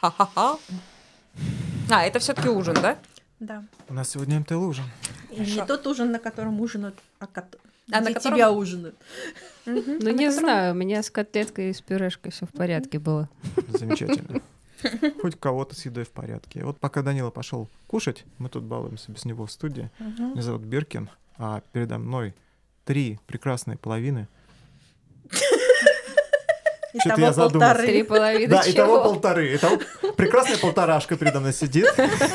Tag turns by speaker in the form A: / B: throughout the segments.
A: Ха-ха-ха. А, это все-таки ужин, да?
B: Да.
C: У нас сегодня МТЛ ужин.
B: И
A: Хорошо.
B: Не тот ужин, на котором ужинают, а кот-
A: А на
B: где
A: котором-
B: тебя ужинают.
A: Мгм.
D: Ну, не знаю, у меня с котлеткой и с пюрешкой все в порядке было.
C: Замечательно. Хоть у кого-то с едой в порядке. Вот пока Данила пошел кушать, мы тут балуемся без него в студии.
B: Мгм.
C: Меня зовут Биркин, а передо мной три прекрасные половины. Чё-то
B: Итого
C: я задумался.
D: Три
B: полторы.
D: половины
C: Да, и того
D: чего?
C: полторы. Итого прекрасная полторашка передо мной сидит,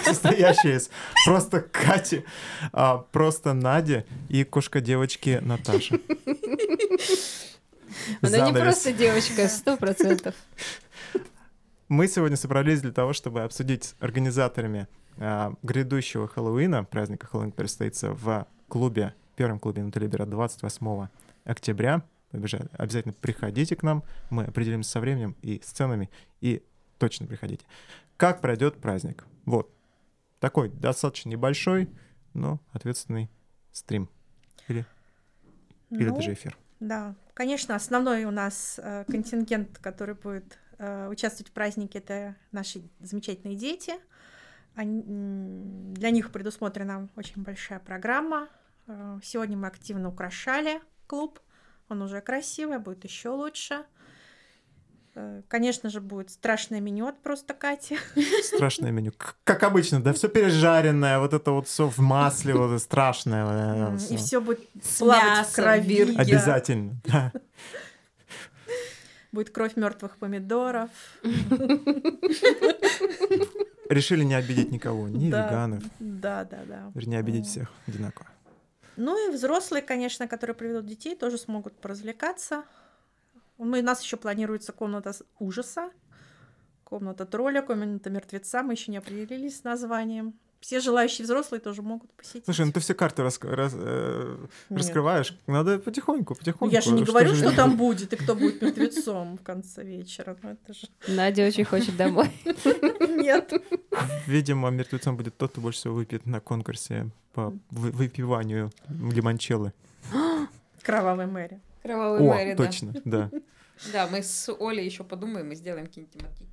C: состоящая из просто Кати, а, просто Нади и кошка девочки Наташи.
D: Она не
C: Занавес.
D: просто девочка, сто процентов.
C: Мы сегодня собрались для того, чтобы обсудить с организаторами а, грядущего Хэллоуина. Праздника Хэллоуин предстоится в клубе, первом клубе Наталибера 28 октября. Обежа- Обязательно приходите к нам, мы определимся со временем и сценами, и точно приходите. Как пройдет праздник? Вот. Такой достаточно небольшой, но ответственный стрим. Или, или
B: Ну,
C: даже эфир.
B: Да, конечно, основной у нас э, контингент, который будет э, участвовать в празднике, это наши замечательные дети. Они- м, для них предусмотрена очень большая программа. Э, сегодня мы активно украшали клуб. Он уже красивый, будет еще лучше. Э, конечно же, будет страшное меню от просто Кати.
C: Страшное меню. К- Как обычно, да, все пережаренное, вот это вот все в масле, вот это страшное. вот это
B: М,
C: всё.
B: И все будет
A: С
B: плавать в
A: мясом,
B: крови.
A: бир-
B: Я-
C: Обязательно. да.
B: Будет кровь мертвых помидоров.
C: Решили не обидеть никого, ни
B: Да.
C: веганов,
B: Да, да, да.
C: вернее, обидеть всех одинаково.
B: Ну и взрослые, конечно, которые приведут детей, тоже смогут поразвлекаться. Мы, у нас еще планируется комната с- ужаса, комната тролля, комната мертвеца. Мы еще не определились с названием. Все желающие взрослые тоже могут посетить.
C: Слушай, ну ты все карты раск- раз- э,
B: Нет.
C: раскрываешь. Надо потихоньку,
B: Ну,
C: потихоньку.
B: я же не говорю,
C: же
B: что
C: не-
B: там будет и кто будет мертвецом в конце вечера. Ну, это же...
D: Надя очень хочет домой.
B: Нет.
C: Видимо, мертвецом будет тот, кто больше всего выпьет на конкурсе по вы- выпиванию лимончеллы.
B: Кровавая Мэри.
A: Кровавый Мэри,
C: О,
A: да.
C: точно, да.
A: Да, мы с Олей еще подумаем и сделаем какие-нибудь темати-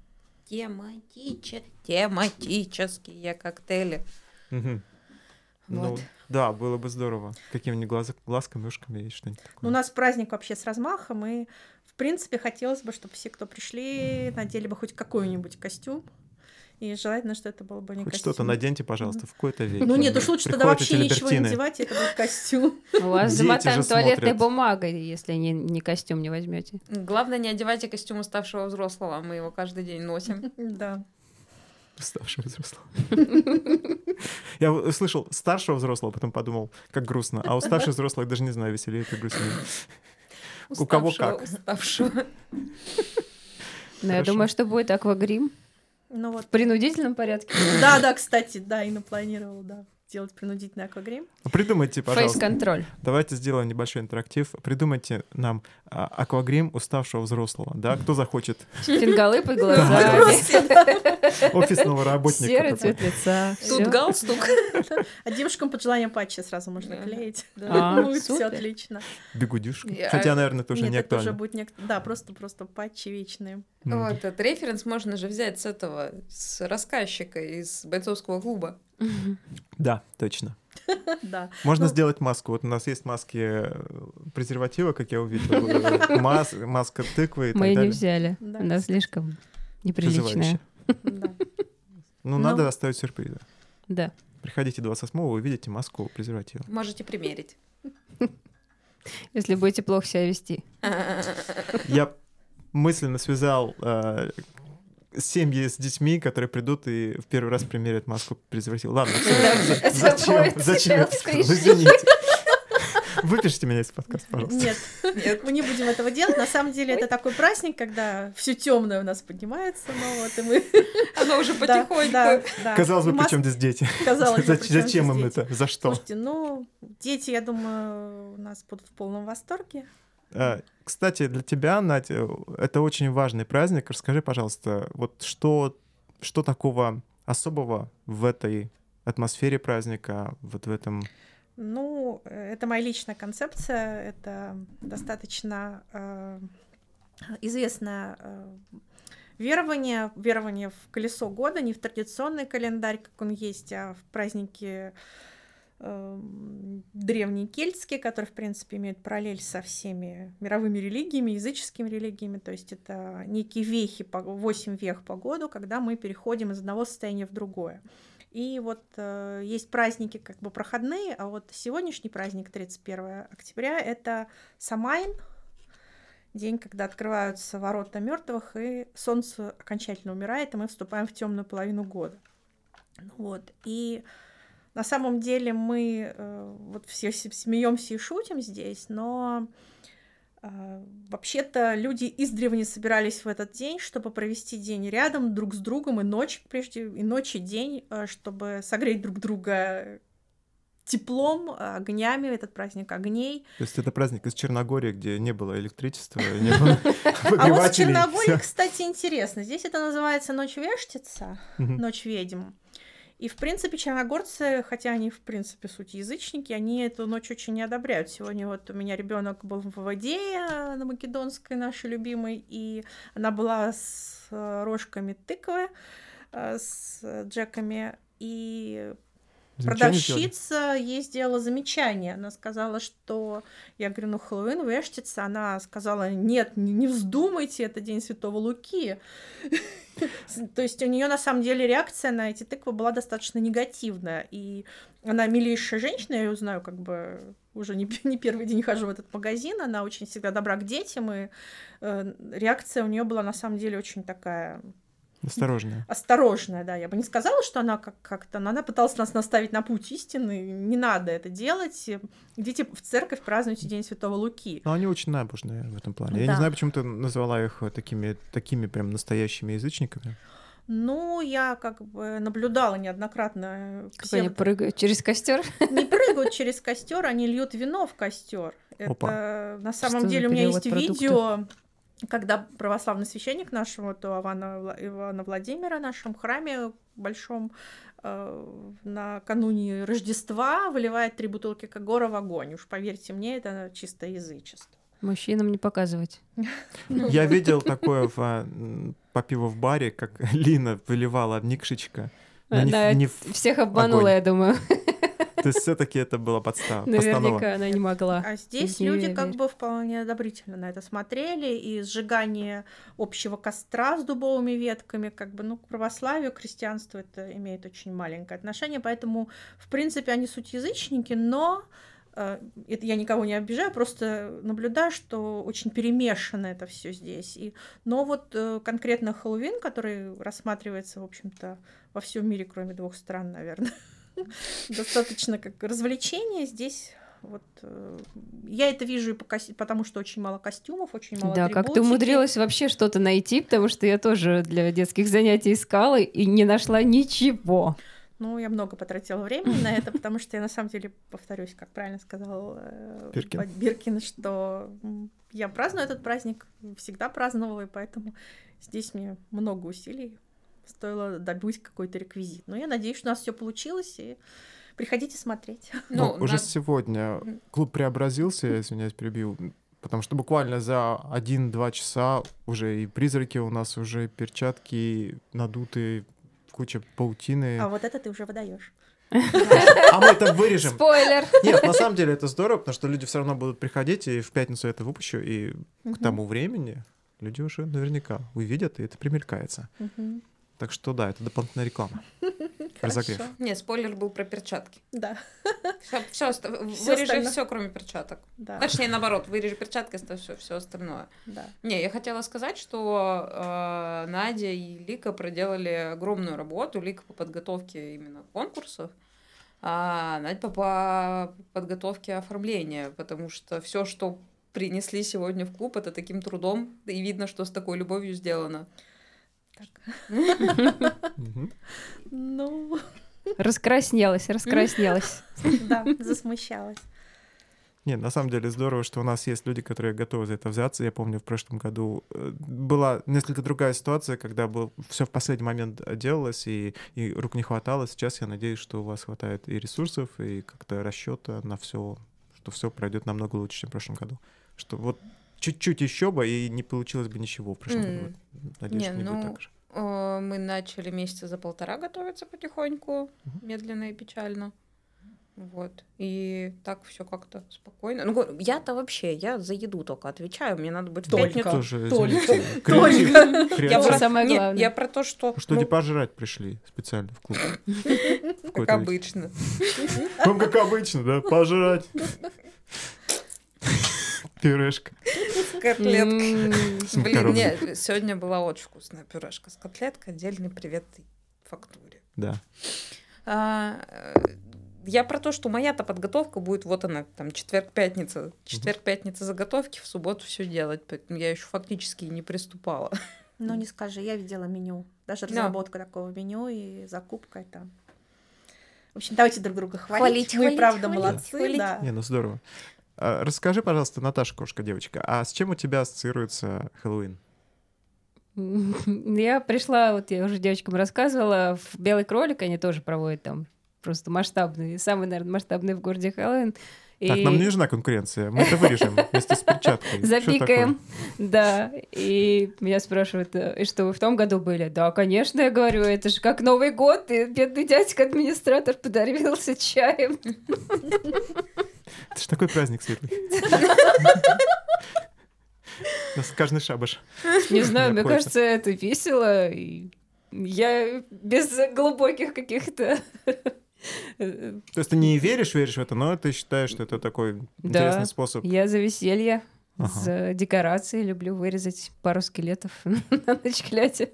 A: тематиче- тематические коктейли.
C: Мгм. Ну,
A: Вот.
C: да, было бы здорово. Какими-нибудь глаз- глазками, ушками и что-нибудь
B: Ну,
C: такое.
B: у нас праздник вообще с размахом, и, в принципе, хотелось бы, чтобы все, кто пришли, надели бы хоть какой-нибудь костюм. И желательно, что это было бы не
C: Хоть
B: костюм.
C: что-то наденьте, пожалуйста, в какой-то веке.
B: Ну нет, уж лучше тогда
C: Приходят
B: вообще
C: эти
B: ничего не
C: либертины.
B: надевать, и это будет костюм.
D: У вас
C: Дети
D: замотаем
C: же
D: туалетной
C: смотрят.
D: бумагой, если не, не костюм не возьмете.
A: Главное, не одевайте костюм уставшего взрослого. Мы его каждый день носим.
B: Да.
C: Старшего взрослого. Я в- слышал старшего взрослого, потом подумал, как грустно. А у старших взрослых даже не знаю, веселее это грустнее. У кого
A: Уставшего,
C: как.
A: Уставшего.
D: Но я
C: Хорошо.
D: думаю, что будет аквагрим
B: Ну
D: в
B: вот.
D: принудительном порядке.
B: Да, да, кстати, да, и напланировала, да. Делать принудительный аквагрим.
C: Ну, Придумайте, пожалуйста.
D: Фейс-контроль.
C: Давайте сделаем небольшой интерактив. Придумайте нам а, аквагрим уставшего взрослого. Да, кто захочет?
D: Фингалы под глазами.
B: Просто,
C: Офисного работника.
D: Серый
C: такой.
D: цвет лица.
A: Тут
D: Всё.
A: галстук.
B: да. А девушкам под желанием патчи сразу можно
A: Да.
B: клеить.
D: А,
B: Будет все
D: супер.
B: отлично.
C: Бегудюшка.
A: Я-
C: Хотя, наверное, это уже
B: Нет,
C: не
B: это уже
C: актуально.
B: будет не... Да, просто-просто патчи вечные.
A: Вот
C: М.
A: этот референс можно же взять с этого, с рассказчика из бойцовского клуба.
C: Да, точно.
B: Да.
C: Можно
B: Ну-
C: сделать маску. Вот у нас есть маски э, презерватива, как я увидел. Вот это мас- Маска тыквы и так
D: Мы её не
C: далее.
D: взяли.
B: Да.
D: Она слишком
C: Вызывающе.
D: неприличная.
B: да.
C: Ну,
B: Ну.
C: надо оставить сюрпризы.
D: Да.
C: Приходите 28-го, увидите маску презерватива.
A: Можете примерить.
D: Если будете плохо себя вести.
C: Я мысленно связал э, семьи с детьми, которые придут и в первый раз примерят маску презерватива. Ладно, всё,
D: Это
C: зачем?
D: будет
C: Зачем это
D: сейчас
C: сказал? Извините. Выпишите меня из подкаста, пожалуйста.
B: Нет, мы не будем этого делать. На самом деле это такой праздник, когда все темное у нас поднимается, ну вот, и мы...
A: Оно уже
B: Да, да,
A: потихоньку.
B: да.
C: Казалось бы,
B: Мас-
C: при чем здесь дети?
B: Казалось бы,
C: Зач-
B: при чём
C: Зачем
B: здесь
C: им
B: дети?
C: это? За что?
B: Слушайте, ну, дети, я думаю, у нас будут в полном восторге.
C: Э, Кстати, для тебя, Надя, это очень важный праздник. Расскажи, пожалуйста, вот что, что такого особого в этой атмосфере праздника, вот в этом...
B: Ну, э, это моя личная концепция, это достаточно э, известная э, верование, верование в колесо года, не в традиционный календарь, как он есть, а в праздники эм, древние кельтские, которые, в принципе, имеют параллель со всеми мировыми религиями, языческими религиями. То есть это некие вехи, 8 вех по году, когда мы переходим из одного состояния в другое. И вот э, есть праздники как бы проходные, а вот сегодняшний праздник, 31 октября, это Самайн, день, когда открываются ворота мертвых, и солнце окончательно умирает, и мы вступаем в темную половину года. Вот. И на самом деле мы э, вот все смеемся и шутим здесь, но э, вообще-то люди издревле собирались в этот день, чтобы провести день рядом друг с другом и ночь прежде и ночь и день, э, чтобы согреть друг друга теплом, огнями, этот праздник огней.
C: То есть это праздник из Черногории, где не было электричества, не было
B: А вот в Черногории, кстати, интересно. Здесь это называется «Ночь вештица»,
C: Мгм.
B: «Ночь ведьм». И, в принципе, черногорцы, хотя они, в принципе, суть язычники, они эту ночь очень не одобряют. Сегодня вот у меня ребенок был в воде э, на македонской, нашей любимой, и она была с э, рожками тыквы, э, с джеками, и
C: Замечание сегодня?
B: Продавщица ей сделала замечание. Она сказала, что... Я говорю, ну, Хэллоуин вештится. Она сказала, нет, не, не вздумайте, это День Святого Луки. То есть у нее на самом деле реакция на эти тыквы была достаточно негативная. И она милейшая женщина, я ее знаю, как бы уже не, пе- не первый день хожу в этот магазин, она очень всегда добра к детям, и э, реакция у нее была на самом деле очень такая
C: Осторожнее.
B: осторожная, да. Я бы не сказала, что она как- как-то, но она пыталась нас наставить на путь истины. Не надо это делать. Идите в церковь, празднуйте День Святого Луки.
C: Но они очень набожные в этом плане. Я не
B: Да.
C: знаю, почему ты назвала их э, такими, такими прям настоящими язычниками.
B: Ну, я как бы наблюдала неоднократно.
D: Как
B: всем-
D: они прыгают через костер.
B: Не прыгают через костер, они льют вино в костер. Это на самом
D: Что за
B: деле у меня
D: перевод
B: есть
D: продукта?
B: видео, когда православный священник нашего, то Ивана, Вла- Ивана Владимира, в нашем храме большом э, накануне Рождества выливает три бутылки Кагора в огонь. Уж поверьте мне, это чисто язычество.
D: Мужчинам не показывать.
C: Я видел такое в, а, м, по пиву в баре, как Лина выливала никшечка. Но Ну, не,
D: Она
C: в- не в-
D: всех обманула,
C: огонь.
D: я думаю.
C: То есть все-таки это была подстава, постанова.
D: Наверняка она не могла.
B: А здесь
D: Не
B: люди как
D: верю.
B: бы вполне одобрительно на это смотрели, и сжигание общего костра с дубовыми ветками, как бы, ну, к православию, к христианству это имеет очень маленькое отношение, поэтому, в принципе, они суть язычники, но э, это я никого не обижаю, просто наблюдаю, что очень перемешано это все здесь. И, но вот э, конкретно Хэллоуин, который рассматривается, в общем-то, во всем мире, кроме двух стран, наверное, достаточно как развлечение здесь вот э, я это вижу и по кос- потому что очень мало костюмов, очень мало
D: Да, как ты
B: атрибутики.
D: умудрилась вообще что-то найти, потому что я тоже для детских занятий искала и не нашла ничего.
B: Ну, я много потратила времени на это, потому что я на самом деле, повторюсь, как правильно сказал э,
C: Биркин.
B: Бад- Биркин, что м, я праздную этот праздник, всегда праздновала, и поэтому здесь мне много усилий стоило добыть какой-то реквизит. Но я надеюсь, что у нас все получилось, и приходите смотреть.
C: Но
A: Ну,
C: уже
A: на-
C: сегодня
A: Мгм.
C: клуб преобразился, я извиняюсь, перебью, потому что буквально за 1-2 часа уже и призраки у нас, уже и перчатки надуты, куча паутины.
B: А вот это ты уже выдаешь.
C: А мы это вырежем.
D: Спойлер!
C: Нет, на самом деле это здорово, потому что люди все равно будут приходить, и в пятницу я это выпущу, и к тому времени люди уже наверняка увидят, и это примелькается. Так что да, это дополнительная реклама. Разогрев.
A: Не, спойлер был про перчатки.
B: Да,
A: Все,
B: Всё
A: вырежи
B: остальное. А.
A: все, кроме перчаток.
B: да,
A: Точнее, наоборот, вырежи перчатки, оставь все, остальное.
B: да.
A: Не, я хотела сказать, что э, Надя и Лика проделали огромную работу. Лика по подготовке именно конкурсов, а Надя по, по подготовке оформления, потому что все, что принесли сегодня в клуб, это таким трудом, и видно, что с такой любовью сделано.
B: Так.
C: Мгм.
B: Ну,
D: Раскраснелась, раскраснелась.
B: да, засмущалась.
C: Нет, на самом деле здорово, что у нас есть люди, которые готовы за это взяться. Я помню, в прошлом году э, была несколько другая ситуация, когда был, все в последний момент э, делалось, и, и рук не хватало. Сейчас я надеюсь, что у вас хватает и ресурсов, и как-то расчета на все, что все пройдет намного лучше, чем в прошлом году. Что вот чуть-чуть еще бы, и не получилось бы ничего в прошлом
A: М.
C: году. Надеюсь,
A: Не,
C: не, будет
A: ну,
C: так же.
A: Э, Мы начали месяца за полтора готовиться потихоньку,
C: Мгм.
A: медленно и печально. Вот. И так все как-то спокойно. Ну, говорю, я-то вообще, я за еду только отвечаю. Мне надо быть в
B: Только.
A: пятницу.
C: Тоже,
B: Только.
C: извините, креатив,
B: Только.
A: Я
C: креатив.
D: Это
A: про...
D: самое
A: Нет,
D: главное.
A: я про то, что,
C: Что
A: ну,
C: не пожрать пришли специально в клуб.
A: как
C: какой-то ведь.
A: обычно.
C: Вам как обычно, да? Пожрать. Пюрешка.
A: Котлетка.
D: М.
A: Блин,
C: коробкой.
A: нет, сегодня была очень вкусная пюрешка с котлеткой. Отдельный привет фактуре.
C: Да.
A: А, э, я про то, что моя-то подготовка будет, вот она, там, четверг-пятница. Четверг-пятница заготовки, в субботу все делать. Поэтому я еще фактически и не приступала.
B: Ну, не скажи, я видела меню. Даже
A: Да.
B: разработка такого меню и закупка это. В общем, давайте друг друга хвалить.
A: Хвалить,
B: Мы и
A: хвалить,
B: правда
A: хвалить,
B: молодцы,
A: хвалить.
B: да.
C: Не, ну здорово. А, Расскажи, пожалуйста, Наташа, кошка-девочка, а с чем у тебя ассоциируется Хэллоуин?
D: М-м-м. Я пришла, вот я уже девочкам рассказывала, в Белый кролик они тоже проводят там просто масштабный, самый, наверное, масштабный в городе Хэллоуин. И
C: Так, нам не нужна конкуренция. Мы это вырежем вместе с перчаткой. Что
D: Запикаем, да. И меня спрашивают, «Э, и что вы в том году были? Да, конечно, я говорю, это же как Новый год, и бедный дядька-администратор подарился чаем.
C: такое? Это же такой праздник светлый. У нас каждый шабаш.
D: Не знаю,
C: Мне
D: мне
C: хочется.
D: кажется, это весело. и Я без глубоких каких-то... э,
C: То есть ты не веришь, веришь в это, но ты считаешь, что это такой интересный способ.
D: Я за веселье.
C: Ага.
D: За декорации люблю вырезать пару скелетов на ночь глядя.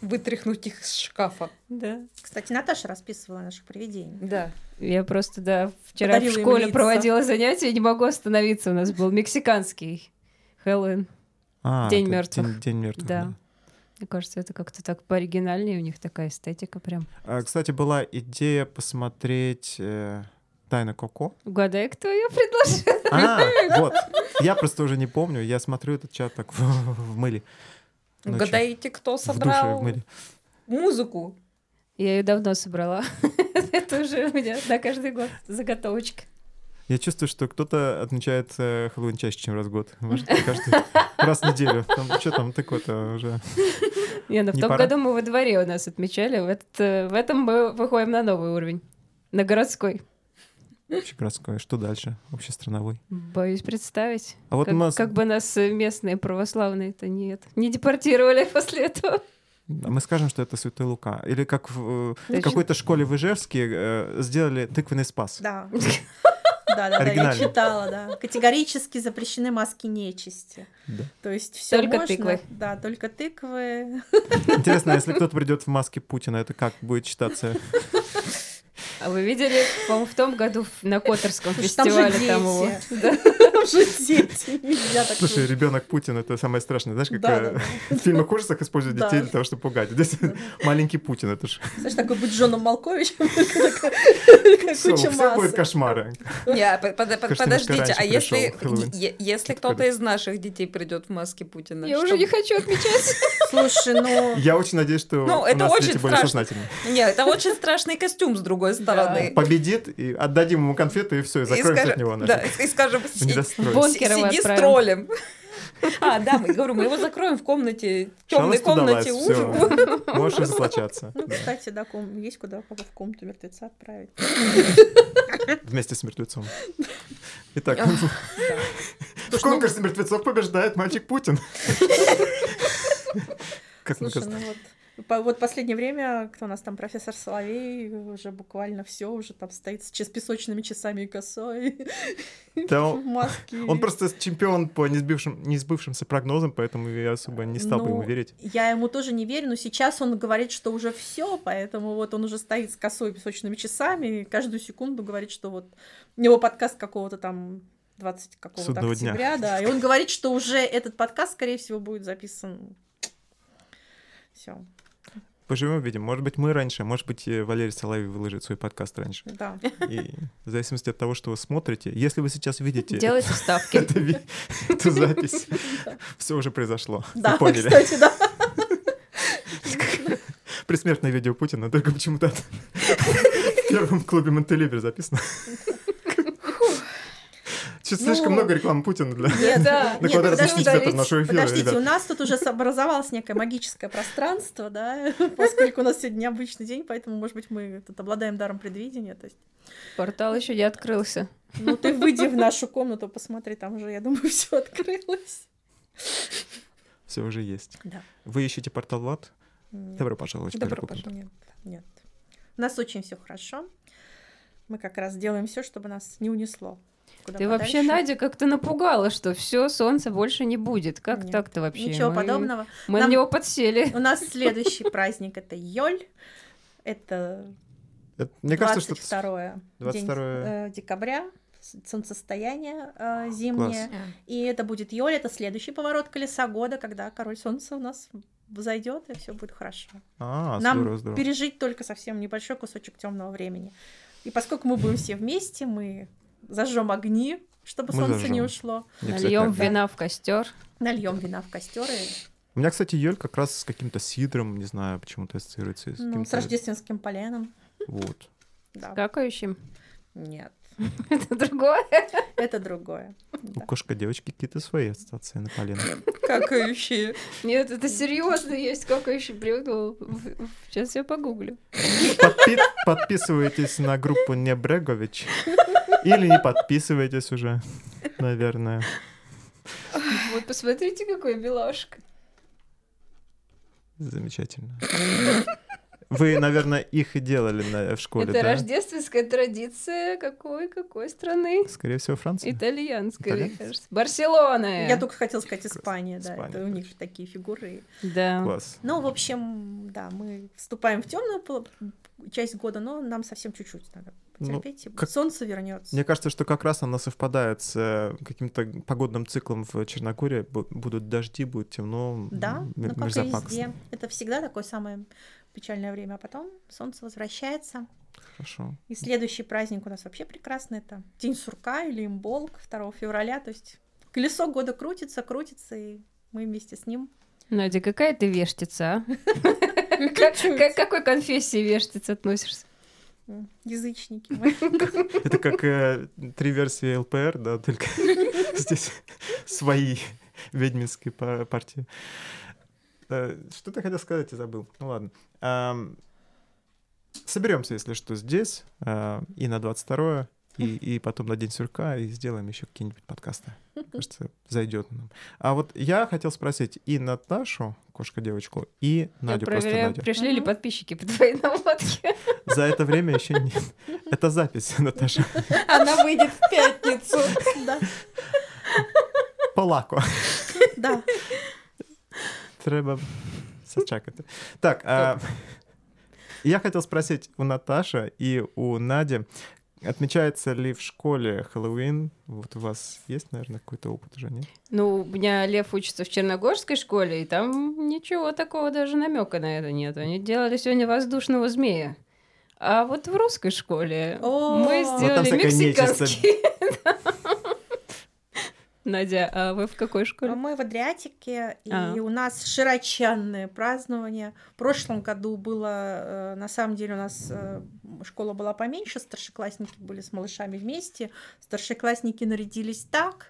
A: Вытряхнуть их из шкафа.
D: Да.
B: Кстати, Наташа расписывала наших привидений.
A: Да.
D: Я просто, да, вчера
B: Подарила
D: в
B: им
D: школе
B: лица.
D: проводила занятия, не могу остановиться. У нас был мексиканский Хэллоуин.
C: А,
D: День
C: это
D: мёртвых.
C: День, день мертвых.
D: Да. Мне кажется, это как-то так пооригинальнее, у них такая эстетика прям.
C: А, Кстати, была идея посмотреть э, Тайна Коко.
D: Угадай, кто ее предложил.
C: А, вот. Я просто уже не помню. Я смотрю этот чат так в мыле. Ночью.
A: Угадаете, кто
C: Ну В душе
A: собрал
C: в мыле.
A: музыку?
D: Я ее давно собрала. Это уже у меня на каждый год заготовочка.
C: Я чувствую, что кто-то отмечает э, Хэллоуин чаще, чем раз в год. Может, каждый раз в неделю. Там, что там такое-то уже?
D: Не, ну в
C: Не
D: том
C: пора?
D: году мы во дворе у нас отмечали. В, этот, э, в этом мы выходим на новый уровень. На городской.
C: Общегородское. Что дальше? Общестрановой.
D: Боюсь представить.
C: А вот
D: как,
C: у нас...
D: как бы нас э, местные православные-то нет. Не депортировали после этого.
C: А Мы скажем, что это Святой Лука. Или как в, э,
D: Точно.
C: какой-то школе в Ижевске э, сделали тыквенный спас.
B: Да. Да, да, да, я
C: Оригинально.
B: читала, да. Категорически запрещены маски нечисти.
C: Да.
B: То есть все
D: Только
B: можно.
D: тыквы.
B: Да, только тыквы.
C: Интересно, а если кто-то придет в маске Путина, это как будет считаться?
D: А вы видели, по-моему, в том году в- на Которском
B: Потому что Там же
D: фестивале
B: дети.
D: там его.
B: Там же дети. Нельзя так
C: Слушай,
B: слушать.
C: ребенок Путин это самое страшное. Знаешь, как
B: Да,
C: э,
B: да,
C: в фильмах ужасах используют
B: Да.
C: детей для того, чтобы пугать. Здесь маленький Путин, это же
B: Знаешь, такой быть Джоном Малковичем, такая-
C: все,
B: куча
C: все будет
B: масок.
C: кошмары.
A: Не, а под- под- под-
C: Кажется,
A: подождите,
C: немножко
A: а
C: раньше
A: если,
C: пришёл Хэллоуин.
A: е- если
C: Это
A: кто-то
C: прикольно.
A: из наших детей придет в маске Путина?
D: Я
A: что
D: уже не хочу отмечать.
B: Слушай, ну...
C: Я очень надеюсь, что
A: Ну,
C: у
A: это
C: нас
A: очень
C: дети более
A: страшно.
C: сознательные.
A: Нет, это очень страшный костюм с другой стороны.
C: Победит, и отдадим ему конфеты, и все, и закроемся
A: скажем-
C: от него.
A: да,
C: нафиг.
A: и скажем,
C: В
A: «Си-
C: недострой.
D: Бон-
A: си-
D: Бункер его
A: сиди с
D: отправим.
A: троллем. А, да, мы говорю, мы его закроем в комнате, темной
C: Шалость туда
A: комнате
C: лазь,
A: ужин.
C: всё. Можешь разоблачаться.
B: Ну,
C: да,
B: кстати, да, ком- есть куда кого в комнату мертвеца отправить.
C: Вместе с мертвецом. Итак, в конкурсе
A: ну
C: мертвецов побеждает мальчик Путин. Как мне
B: Слушай,
C: кажется.
B: ну вот... по- вот последнее время, кто у нас там, профессор Соловей, уже буквально все уже там стоит с чес- песочными часами и косой,
C: Да,
B: в
C: он-
B: маске.
C: Он просто чемпион по несбывшим- несбывшимся прогнозам, поэтому я особо не стал
B: Ну,
C: бы ему верить.
B: Я ему тоже не верю, но сейчас он говорит, что уже все, поэтому вот он уже стоит с косой песочными часами и каждую секунду говорит, что вот у него подкаст какого-то там 20 какого-то
C: Судного дня.
B: октября, да, и он говорит, что уже этот подкаст, скорее всего, будет записан. Все,
C: Поживем, видим. Может быть, мы раньше, может быть, э, Валерий Соловей выложит свой подкаст раньше.
B: да.
C: И в зависимости от того, что вы смотрите, если вы сейчас видите
D: Делайте ставки.
C: это ви- эту запись, все уже произошло. Вы
B: Да,
C: поняли.
B: кстати, да.
C: Присмертное видео Путина, только почему-то от- в первом клубе Монтелибер записано. Сейчас
B: Ну,
C: слишком много рекламы Путина для...
D: Да.
C: На квадрат
B: подождите,
C: сместить ну, это нашего эфира,
B: Подождите, у
C: ребят.
B: нас тут уже образовалось некое магическое пространство, да, поскольку у нас сегодня необычный день, поэтому, может быть, мы тут обладаем даром предвидения. То есть,
D: Портал еще не открылся.
B: ну ты выйди в нашу комнату, посмотри, там уже, я думаю, все открылось.
C: Все уже есть.
B: Да.
C: Вы ищете портал Влад?
B: Нет.
C: Добро пожаловать. в
B: Добро
C: Перекупный
B: пожаловать. Нет, нет. У нас очень все хорошо. Мы как раз делаем все, чтобы нас не унесло. куда
D: Ты вообще,
B: подальше.
D: Надя, как-то напугала, что все, солнца больше не будет. Как
B: Нет,
D: так-то вообще?
B: Ничего
D: Мы-
B: подобного.
D: Мы
B: Нам-
D: на него подсели.
B: У нас следующий праздник это Йоль. Это
C: дом. Это- Э, Мне кажется, что... это
B: 22,
C: 22.
B: день, э, декабря, с- солнцестояние э, зимнее. И это будет Йоль, это следующий поворот колеса года, когда король солнца у нас взойдет, и все будет хорошо.
C: А,
B: Нам
C: здорово, здорово.
B: пережить только совсем небольшой кусочек темного времени. И поскольку мы будем все вместе, мы зажжем огни, чтобы
C: Мы
B: солнце не
C: зажжём.
B: ушло,
C: Не
D: Нальем
C: обязательно.
D: вина в костер.
B: нальем вина в костер и
C: У меня, кстати, Йоль как раз с каким-то сидром, не знаю, почему-то ассоциируется. и С
B: ну,
C: каким-то...
B: с рождественским поленом.
C: Вот.
B: Да.
D: Какающим.
B: Нет,
D: Это другое.
B: это другое. Да.
C: У кошка девочки какие-то свои ассоциации на колено.
A: Какающие.
D: Нет, это серьезно есть какающий Ну, блюдо. Сейчас я погуглю.
C: Подпи- Подписывайтесь на группу Небрегович. Или не подписывайтесь уже, наверное.
D: Вот посмотрите, какой милашка.
C: Замечательно. Вы, наверное, их и делали на- в школе,
D: это
C: да?
D: рождественская традиция какой какой страны?
C: Скорее всего, Франция.
D: Итальянская, мне
C: Итальянская?
D: кажется. Барселона.
B: Я только хотела сказать Испания, да,
C: Испания,
B: это у них такие фигуры.
D: Да.
C: Класс.
B: Ну, в общем, да, мы вступаем в темную часть года, но нам совсем чуть-чуть надо
C: Ну,
B: потерпеть, и
C: как-
B: солнце вернется.
C: Мне кажется, что как раз она совпадает с э, каким-то погодным циклом в Черногории. Бу- Будут дожди, будет темно,
B: Да,
C: м-
B: ну как и
C: мерзопакостно.
B: везде. Это всегда такое самое печальное время. А потом солнце возвращается.
C: Хорошо.
B: И следующий праздник у нас вообще прекрасный. Это День сурка или имболк 2 февраля. То есть колесо года крутится, крутится, и мы вместе с ним.
D: Надя, какая ты вештица, а? Как- как- какой конфессии вештица относишься?
B: м, Язычники. мы.
C: Это как э, три версии ЛПР, да, только здесь свои ведьминские па- партии. Э, Что ты хотел сказать, я забыл. Ну ладно. Соберемся, если что, здесь э, и на 22 и, и потом на День сурка, и сделаем еще какие-нибудь подкасты. Кажется, зайдет нам. А вот я хотел спросить и Наташу, кошка-девочку, и
D: Я
C: Надю, просто
D: проверяю,
C: Надю.
D: пришли ли
B: Мгм.
D: подписчики по твоей наводке.
C: За это время еще нет. Это запись, Наташа.
A: Она выйдет в пятницу.
B: Да,
C: По лаку.
B: да.
C: Треба зачекати. Так, а, я хотел спросить у Наташи и у Нади, отмечается ли в школе Хэллоуин? Вот у вас есть, наверное, какой-то опыт уже, нет?
D: Ну, у меня Лев учится в Черногорской школе, и там ничего такого даже намека на это нет. Они делали сегодня воздушного змея. А вот в русской школе
B: О. Вот
D: мы
B: там
D: сделали
C: всякая нечисть.
D: мексиканский. Надя, а вы в какой школе?
B: Мы в Адриатике, и
D: А.
B: у нас широченное празднование. В прошлом году было, э, на самом деле, у нас э, школа была поменьше, старшеклассники были с малышами вместе. Старшеклассники нарядились так,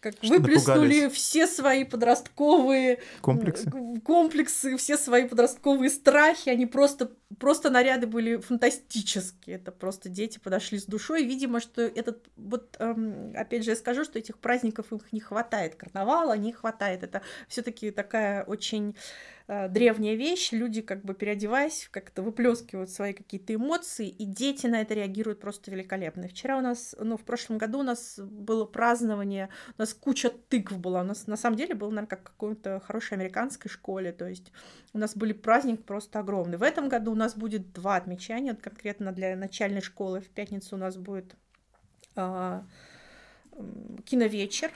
B: как выплеснули
C: напугались.
B: все свои подростковые
C: Комплексы?
B: г- комплексы, все свои подростковые страхи. Они просто, просто наряды были фантастические. Это просто дети подошли с душой. Видимо, что этот, вот эм, опять же я скажу, что этих праздников их не хватает. Карнавала не хватает. Это все-таки такая очень э, древняя вещь. Люди, как бы переодеваясь, как-то выплескивают свои какие-то эмоции, и дети на это реагируют просто великолепно. Вчера у нас, ну, в прошлом году у нас было празднование, у нас куча тыкв была. У нас на самом деле было, наверное, как в какой-то хорошей американской школе. То есть у нас были праздник просто огромный. В этом году у нас будет два отмечания. Вот конкретно для начальной школы в пятницу у нас будет а, м, киновечер,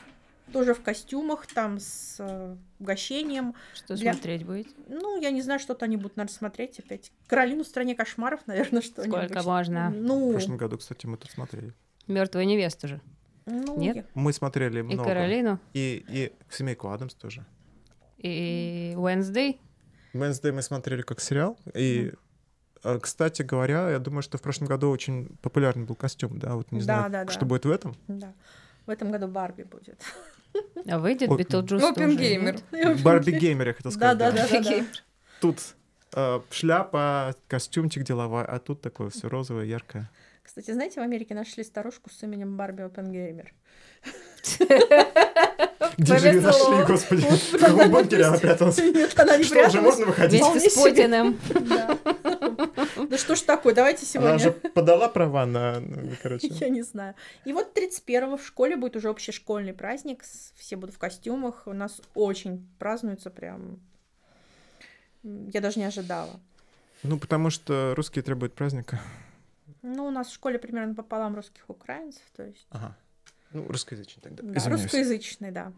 B: тоже в костюмах, там с э, угощением.
D: Что
B: для-
D: смотреть будете?
B: Ну, я не знаю, что-то они будут, наверное, смотреть опять. Каролину в стране кошмаров, наверное, что-нибудь.
D: Сколько можно?
C: В
B: Ну,
C: прошлом году, кстати, мы тут смотрели.
D: Мертвая невеста же.
B: ну,
D: Нет?
B: я-
C: Мы смотрели
D: И
C: много.
D: Каролину,
C: И, и «Семейку Адамс» тоже.
D: и Уэнсдей.
C: «Мэнсдэй» мы смотрели как сериал, и... э, Кстати говоря, я думаю, что в прошлом году очень популярный был костюм, да? Вот не
B: Да,
C: знаю,
B: да, да.
C: что будет в этом.
B: да. В этом году Барби будет.
D: А выйдет
C: Оп-
D: Битлджус
A: Опенгеймер.
C: Барби геймер, я хотел сказать.
B: Да-да-да.
C: Тут э, шляпа, костюмчик деловая, а тут такое все розовое, яркое.
B: Кстати, знаете, в Америке нашли старушку с именем Барби Опенгеймер.
C: Где же ее
D: Повезло.
C: нашли, господи? В каком бункере она пряталась?
B: Нет, она не
C: Что, уже
B: пряталась.
C: можно выходить?
B: Вполне
D: Вместе с
B: себе.
D: Путиным.
B: Да. Да что ж такое, давайте
C: Она же
B: сегодня.
C: подала права на, ну, короче.
B: Я не знаю. И вот 31-го в школе будет уже общешкольный праздник. с- Все будут в костюмах. У нас очень празднуется прям... М, Я даже не ожидала.
C: Ну, потому что русские требуют праздника.
B: Ну, у нас в школе примерно пополам русских и украинцев, то есть...
C: Ага. Ну, русскоязычный тогда.
B: Да,
C: Извиняюсь.
B: русскоязычный, да.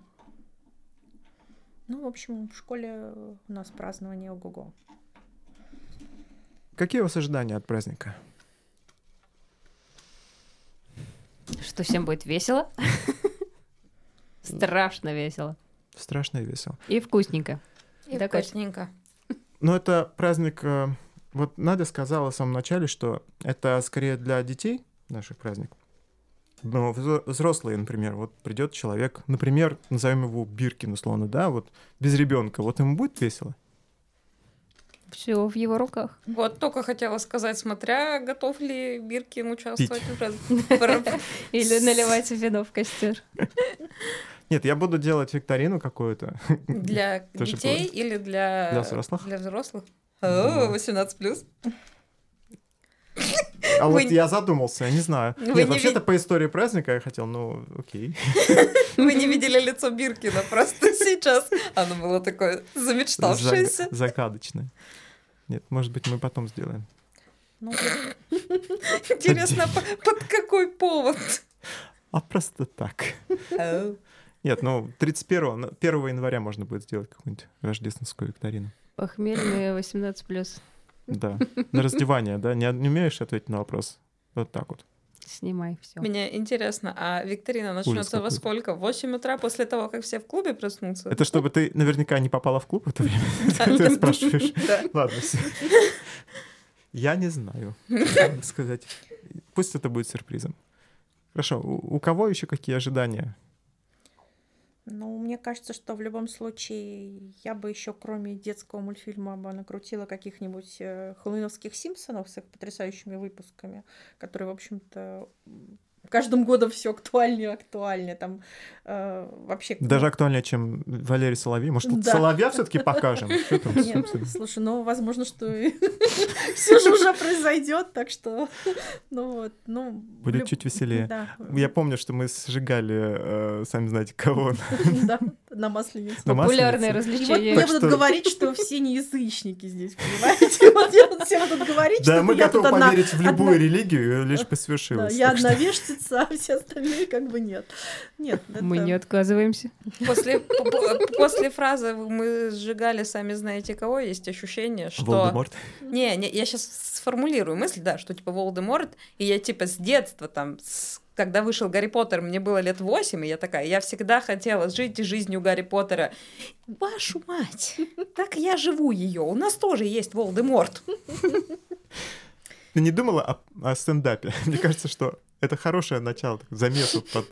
B: Ну, в общем, в школе у нас празднование ого-го.
C: Какие у вас ожидания от праздника?
D: Что всем будет весело. Страшно весело.
C: Страшно и весело.
D: И вкусненько.
A: И
D: Да, Кать.
A: вкусненько.
C: Ну, это праздник... э, Вот Надя сказала в самом начале, что это скорее для детей наших праздник. Но взро- взрослые, например, вот придет человек, например, назовем его Биркин, условно, да, вот без ребенка, вот ему будет весело.
D: Все в его руках.
A: Вот только хотела сказать, смотря готов ли Биркин участвовать в раз-
D: Или наливать вино в костер.
C: Нет, я буду делать викторину какую-то.
A: для
C: Тоже
A: детей или для
C: Для взрослых?
A: Для взрослых.
C: Да.
A: О, 18 плюс.
C: А
A: Вы
C: вот
A: не-
C: я задумался, я не знаю.
A: Вы
C: Нет,
A: не
C: вообще-то
A: ви-
C: по истории праздника я хотел, ну, окей.
A: Вы не видели лицо Биркина просто сейчас. Оно было такое замечтавшееся.
C: Заг- Загадочное. Нет, может быть, мы потом сделаем.
B: Ну,
A: Интересно, по- под какой повод?
C: А просто так. Э.
A: Оу.
C: Нет, ну, 31 на- 1 января можно будет сделать какую-нибудь рождественскую викторину.
D: Похмельные 18 плюс.
C: Да. На раздевание, да? Не, не умеешь ответить на вопрос? Вот так вот.
D: Снимай все.
A: Мне интересно, а викторина начнется во
C: какой-то.
A: сколько? В 8 утра после того, как все в клубе проснутся?
C: Это чтобы ты наверняка не попала в клуб в это время. Ты спрашиваешь.
A: Да.
C: Ладно, все. Я не знаю, как сказать. Пусть это будет сюрпризом. Хорошо, у у кого еще какие ожидания?
B: ну, мне кажется, что в любом случае я бы еще, кроме детского мультфильма, бы накрутила каких-нибудь э, хэллоуиновских Симпсонов с их потрясающими выпусками, которые, в общем-то, м, каждым годом все актуальнее и актуальнее. Там э, вообще...
C: Даже актуальнее, чем Валерий Соловей. Может, тут
B: Да.
C: Соловья все-таки покажем? Что там,
B: Нет,
C: собственно?
B: слушай, ну, возможно, что все же уже произойдет, так что, ну вот, ну... в
C: Будет
B: люб-
C: чуть веселее.
B: Да.
C: Я помню, что мы сжигали, э, сами знаете, кого
B: Да, на масленицу.
C: на
B: И
C: Масленице.
D: Популярные
B: вот
D: развлечения.
B: мне
C: Так
B: будут
C: что-
B: говорить, что все не язычники здесь, понимаете? Вот я вот всем будут говорить,
C: Да,
B: что
C: мы
B: я тут
C: готовы
B: одна...
C: поверить в любую
B: одна-
C: религию, лишь бы
B: Да,
C: свершилось.
B: я
C: Так что-
B: одна вешница, а все остальные как бы нет. Нет, это...
D: Мы не отказываемся.
A: После, по- по- после фразы «мы сжигали сами знаете кого» есть ощущение, что...
C: Волдеморт.
A: Не, не, я сейчас сформулирую мысль, да, что типа Волдеморт, и я типа с детства там, с- когда вышел Гарри Поттер, мне было лет 8, и я такая, я всегда хотела жить жизнью Гарри Поттера. Вашу мать, так я живу ее, у нас тоже есть Волдеморт.
C: Ты не думала о, о стендапе? Мне кажется, что это хорошее начало, так, замесу. под-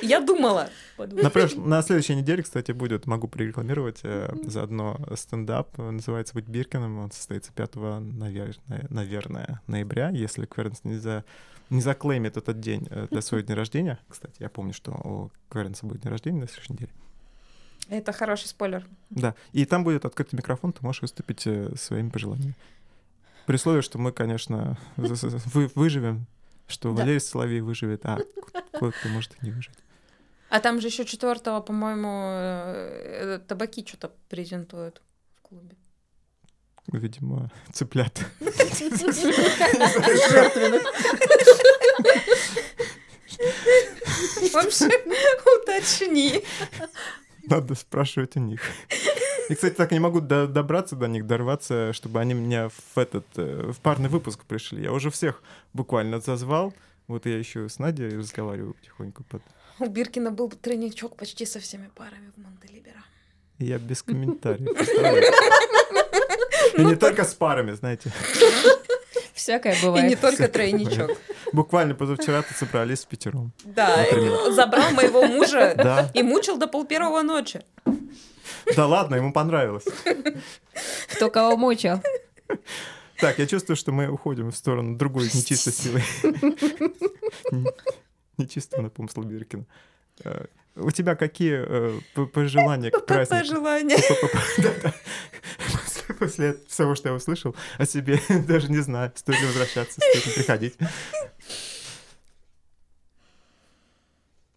A: Я думала.
C: Например, на следующей неделе, кстати, будет, могу прорекламировать э, заодно стендап, э, называется «Быть Биркиным», он состоится 5, наверное, наверное ноября, если Квернс не, за, не заклеймит этот день э, для своего дня рождения. Кстати, я помню, что у Квернса будет день рождения на следующей неделе.
A: Это хороший спойлер.
C: Да, и там будет открытый микрофон, ты можешь выступить э, своими пожеланиями. При условии, что мы, конечно, з- з- вы- выживем, что
A: Да.
C: Валерий Соловей выживет, а кто-то может и не выжить.
A: А там же еще четвертого, по-моему, э, табаки что-то презентуют в клубе.
C: Ну, Видимо, цыплят.
B: Жертвенных.
A: Вообще, уточни.
C: Надо спрашивать у них. И, кстати, так не могу до- добраться до них, дорваться, чтобы они меня в этот э, в парный выпуск пришли. Я уже всех буквально зазвал. Вот я еще с Надей разговариваю потихоньку. под-
A: У Биркина был тройничок почти со всеми парами в Монтелибера.
C: И Я без комментариев. представляете? И не только с парами, знаете.
D: Всякое
A: И не
D: бывает.
A: только тройничок.
C: Буквально позавчера тут собрались с пятером.
A: Да,
C: Ну, Например.
A: забрал моего мужа
C: Да, Ну,
A: и мучил до пол первого ночи.
C: да ладно, ему понравилось.
D: Кто кого мучил?
C: Так, я чувствую, что мы уходим в сторону другой нечистой силы. Нечистого на помыслу Биркина. Э, У тебя какие э, п- пожелания к
A: Какое
C: празднику?
A: желание.
C: Да-да. После- После всего, что я услышал о себе, даже не знаю, стоит ли возвращаться, стоит ли приходить.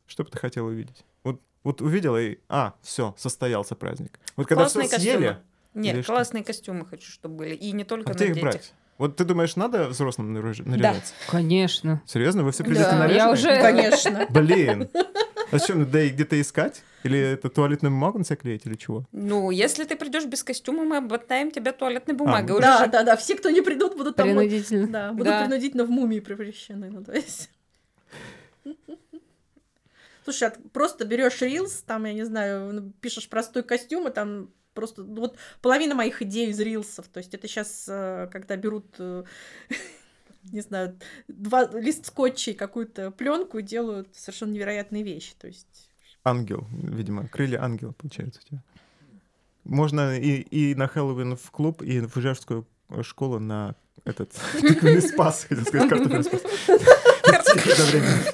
C: Что бы ты хотел увидеть? Вот, вот увидела и... А, все, состоялся праздник. Вот когда все
A: Классные
C: съели,
A: костюмы. Нет,
C: Или что?
A: классные костюмы хочу, чтобы были. И не только
C: а
A: на
C: где их
A: детях.
C: брать? Вот ты думаешь, надо взрослым наряж- наряжаться?
D: Конечно.
C: Серьезно, вы все
B: Да,
C: придете
B: я
C: наряженные?
D: уже-
B: Конечно.
C: Блин. А что, да и где-то искать? Или это туалетную бумагу на себя клеить или чего?
A: Ну, если ты придешь без костюма, мы обмотаем тебя туалетной бумагой.
C: ну
A: Уже
B: Да,
A: же-
B: да, да. Все, кто не придут, будут там. вот-
D: Принудительно.
B: Да, будут
A: Да.
B: принудительно в мумии превращены. Ну, то есть. Слушай, а ты просто берешь рилс, там, я не знаю, ну, пишешь простой костюм, и там просто ну, вот половина моих идей из рилсов. То есть это сейчас, когда берут, э, не знаю, два лист скотча и какую-то пленку и делают совершенно невероятные вещи. То есть
C: Ангел, видимо. Крылья ангела, получается, у тебя. Можно и, и на Хэллоуин в клуб, и в ижевскую школу на этот тыквенный спас, хотел сказать, картофельный спас. Идти одновременно.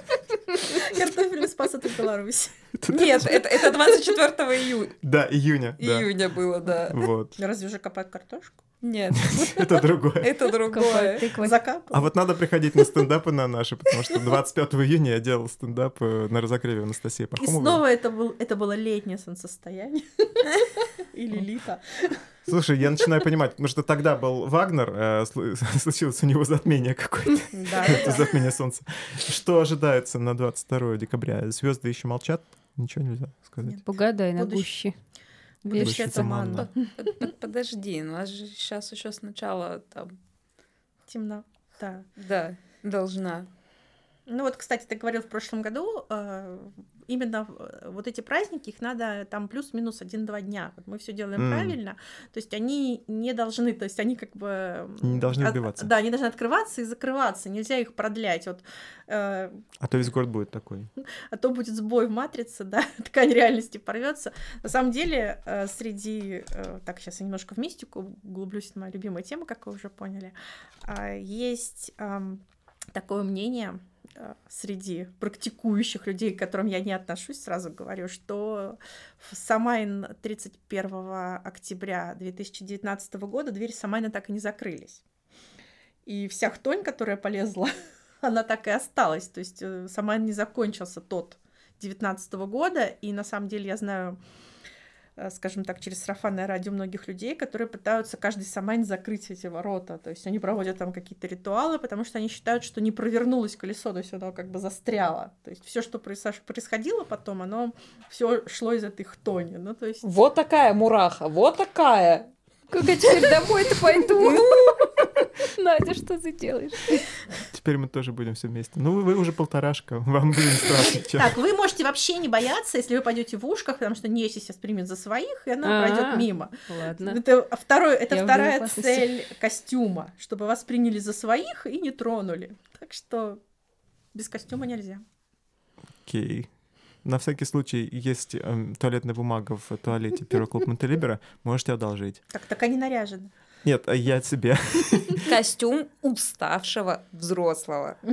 B: картофельный спас это в Беларуси.
A: Нет, это, это 24 ию-
C: Да, июня. да.
A: июня было, да.
C: Вот.
B: Ну, Разве же копают картошку?
A: Нет,
C: Это другое.
A: это
D: Копать
A: другое.
D: тыквой.
B: Закапывают.
C: А вот надо приходить на стендапы на наши, потому что 25 июня я делал стендап э, на разогреве Анастасии
B: И
C: Пахомовой.
B: снова это, был, это было летнее солнцестояние. Или лето.
C: Слушай, я начинаю понимать, потому что тогда был Вагнер, э, слу- случилось у него затмение какое-то,
A: Да,
C: это затмение солнца. Что ожидается на 22 декабря? Звезды еще молчат? Ничего нельзя сказать.
D: Погадай на
B: Будущее.
D: гуще.
B: Будущее
C: Будущее туманно.
B: туманно.
A: Под- под- Подожди, у нас же сейчас еще сначала там...
B: Темно. Да.
A: Да, должна.
B: Ну вот, кстати, ты говорил в прошлом году, э, именно э, вот эти праздники, их надо там плюс-минус один-два дня. Вот мы все делаем
C: М.
B: правильно. То есть они не должны, то есть они как бы... м,
C: Не должны
B: от-
C: убиваться.
B: Да, они должны открываться и закрываться. Нельзя их продлять. Вот, э,
C: А то весь город будет такой.
B: а то будет сбой в матрице, да, ткань реальности порвется. На самом деле, э, среди, э, так, сейчас я немножко в мистику углублюсь, это моя любимая тема, как вы уже поняли, А, есть эм, такое мнение э, среди практикующих людей, к которым я не отношусь, сразу говорю, что в Самайн 31 октября 2019 года двери Самайна так и не закрылись. И вся хтонь, которая полезла, она так и осталась. То есть э, Самайн не закончился тот 19 года. И на самом деле я знаю, э, скажем так, через сарафанное радио многих людей, которые пытаются каждый Самайн закрыть эти ворота. То есть они проводят там какие-то ритуалы, потому что они считают, что не провернулось колесо, то есть оно как бы застряло. То есть все, что происаш- происходило потом, оно все шло из этой хтони. Ну, то есть...
A: Вот такая мураха, вот такая.
D: Как я теперь домой-то пойду? Надя, что ты делаешь?
C: Теперь мы тоже будем все вместе. Ну, вы, вы уже полторашка, вам будет страшно. честно.
B: Так, вы можете вообще не бояться, если вы пойдете в ушках, потому что Неси сейчас примет за своих, и она пройдет
D: А-а.
B: мимо.
D: Ладно.
B: Это, второй, это
D: Я в
B: вторая
D: безопасности.
B: цель костюма, чтобы вас приняли за своих и не тронули. Так что без костюма нельзя.
C: Окей. На всякий случай есть эм, туалетная бумага в туалете Первого клуба Монтелибера. Можете одолжить.
B: Так, так они наряжены.
C: Нет, а я себе.
A: Костюм уставшего взрослого.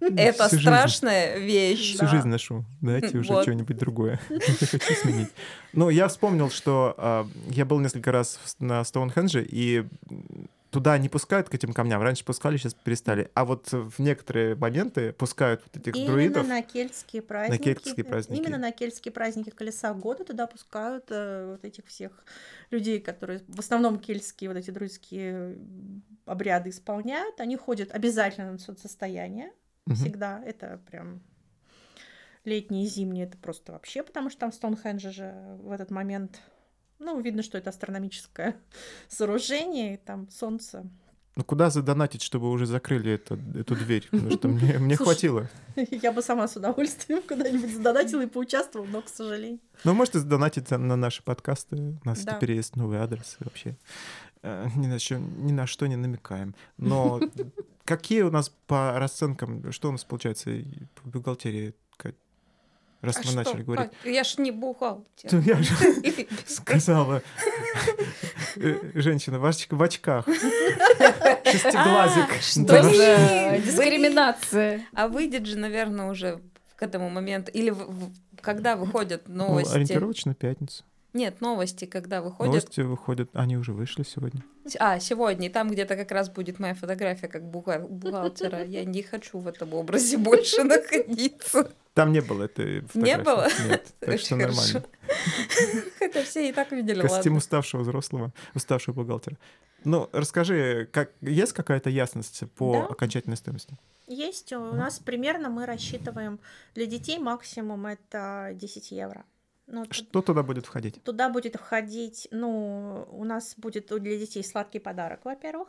A: Это
C: Всю жизнь.
A: страшная вещь.
C: Всю
B: Да.
C: жизнь ношу. Дайте уже
A: Вот.
C: что-нибудь другое. Я хочу сменить. Ну, я вспомнил, что а, я был несколько раз в- на Стоунхендже, и м, туда не пускают к этим камням. Раньше пускали, сейчас перестали. А вот в некоторые моменты пускают вот этих
B: Именно
C: друидов.
B: на кельтские праздники.
C: кельтские праздники.
B: Именно на кельтские праздники колеса года туда пускают э, вот этих всех людей, которые в основном кельтские вот эти друидские обряды исполняют. Они ходят обязательно на состояние.
C: Мгм.
B: всегда. Это прям летние и зимние, это просто вообще, потому что там Стоунхендж же в этот момент, ну, видно, что это астрономическое сооружение, и там солнце.
C: Ну, куда задонатить, чтобы уже закрыли это- эту дверь? Потому что мне мне
B: Слушай.
C: хватило.
B: Я бы сама с удовольствием куда-нибудь задонатила и поучаствовала, но, к сожалению.
C: Ну, можете задонатить на наши подкасты. У нас
B: Да.
C: теперь есть новый адрес и вообще. э, Ни на, чё- ни на что не намекаем. Но Какие у нас по расценкам, что у нас получается и по бухгалтерии, Кать? Раз
A: А
C: мы
A: что,
C: начали говорить.
A: Кать, Я ж не
C: То
A: бухгалтер.
C: я же сказала. Э, Женщина в оч- в очках. Шестиглазик.
D: А, Что
C: Да.
D: за
A: Блин.
D: дискриминация?
A: А выйдет же, наверное, уже к этому моменту. Или в- в- когда выходят
C: Ну,
A: новости.
C: Ориентировочно пятница.
A: Нет, новости, когда выходят.
C: Новости выходят, они уже вышли сегодня.
A: А, сегодня. И там где-то как раз будет моя фотография как бухгал- бухгалтера. Я не хочу в этом образе больше находиться.
C: Там не было этой фотографии.
A: было?
C: Нет, так что
A: Очень
C: нормально.
A: хорошо. Хотя все и так видели,
C: Костюм
A: ладно.
C: уставшего взрослого, уставшего бухгалтера. Ну, расскажи, как, есть какая-то ясность по
A: Да.
C: окончательной стоимости?
B: Есть, у нас примерно мы рассчитываем для детей максимум это 10 евро. Ну, тут-
C: Что туда будет входить?
B: Туда будет входить, ну, у нас будет для детей сладкий подарок, во-первых,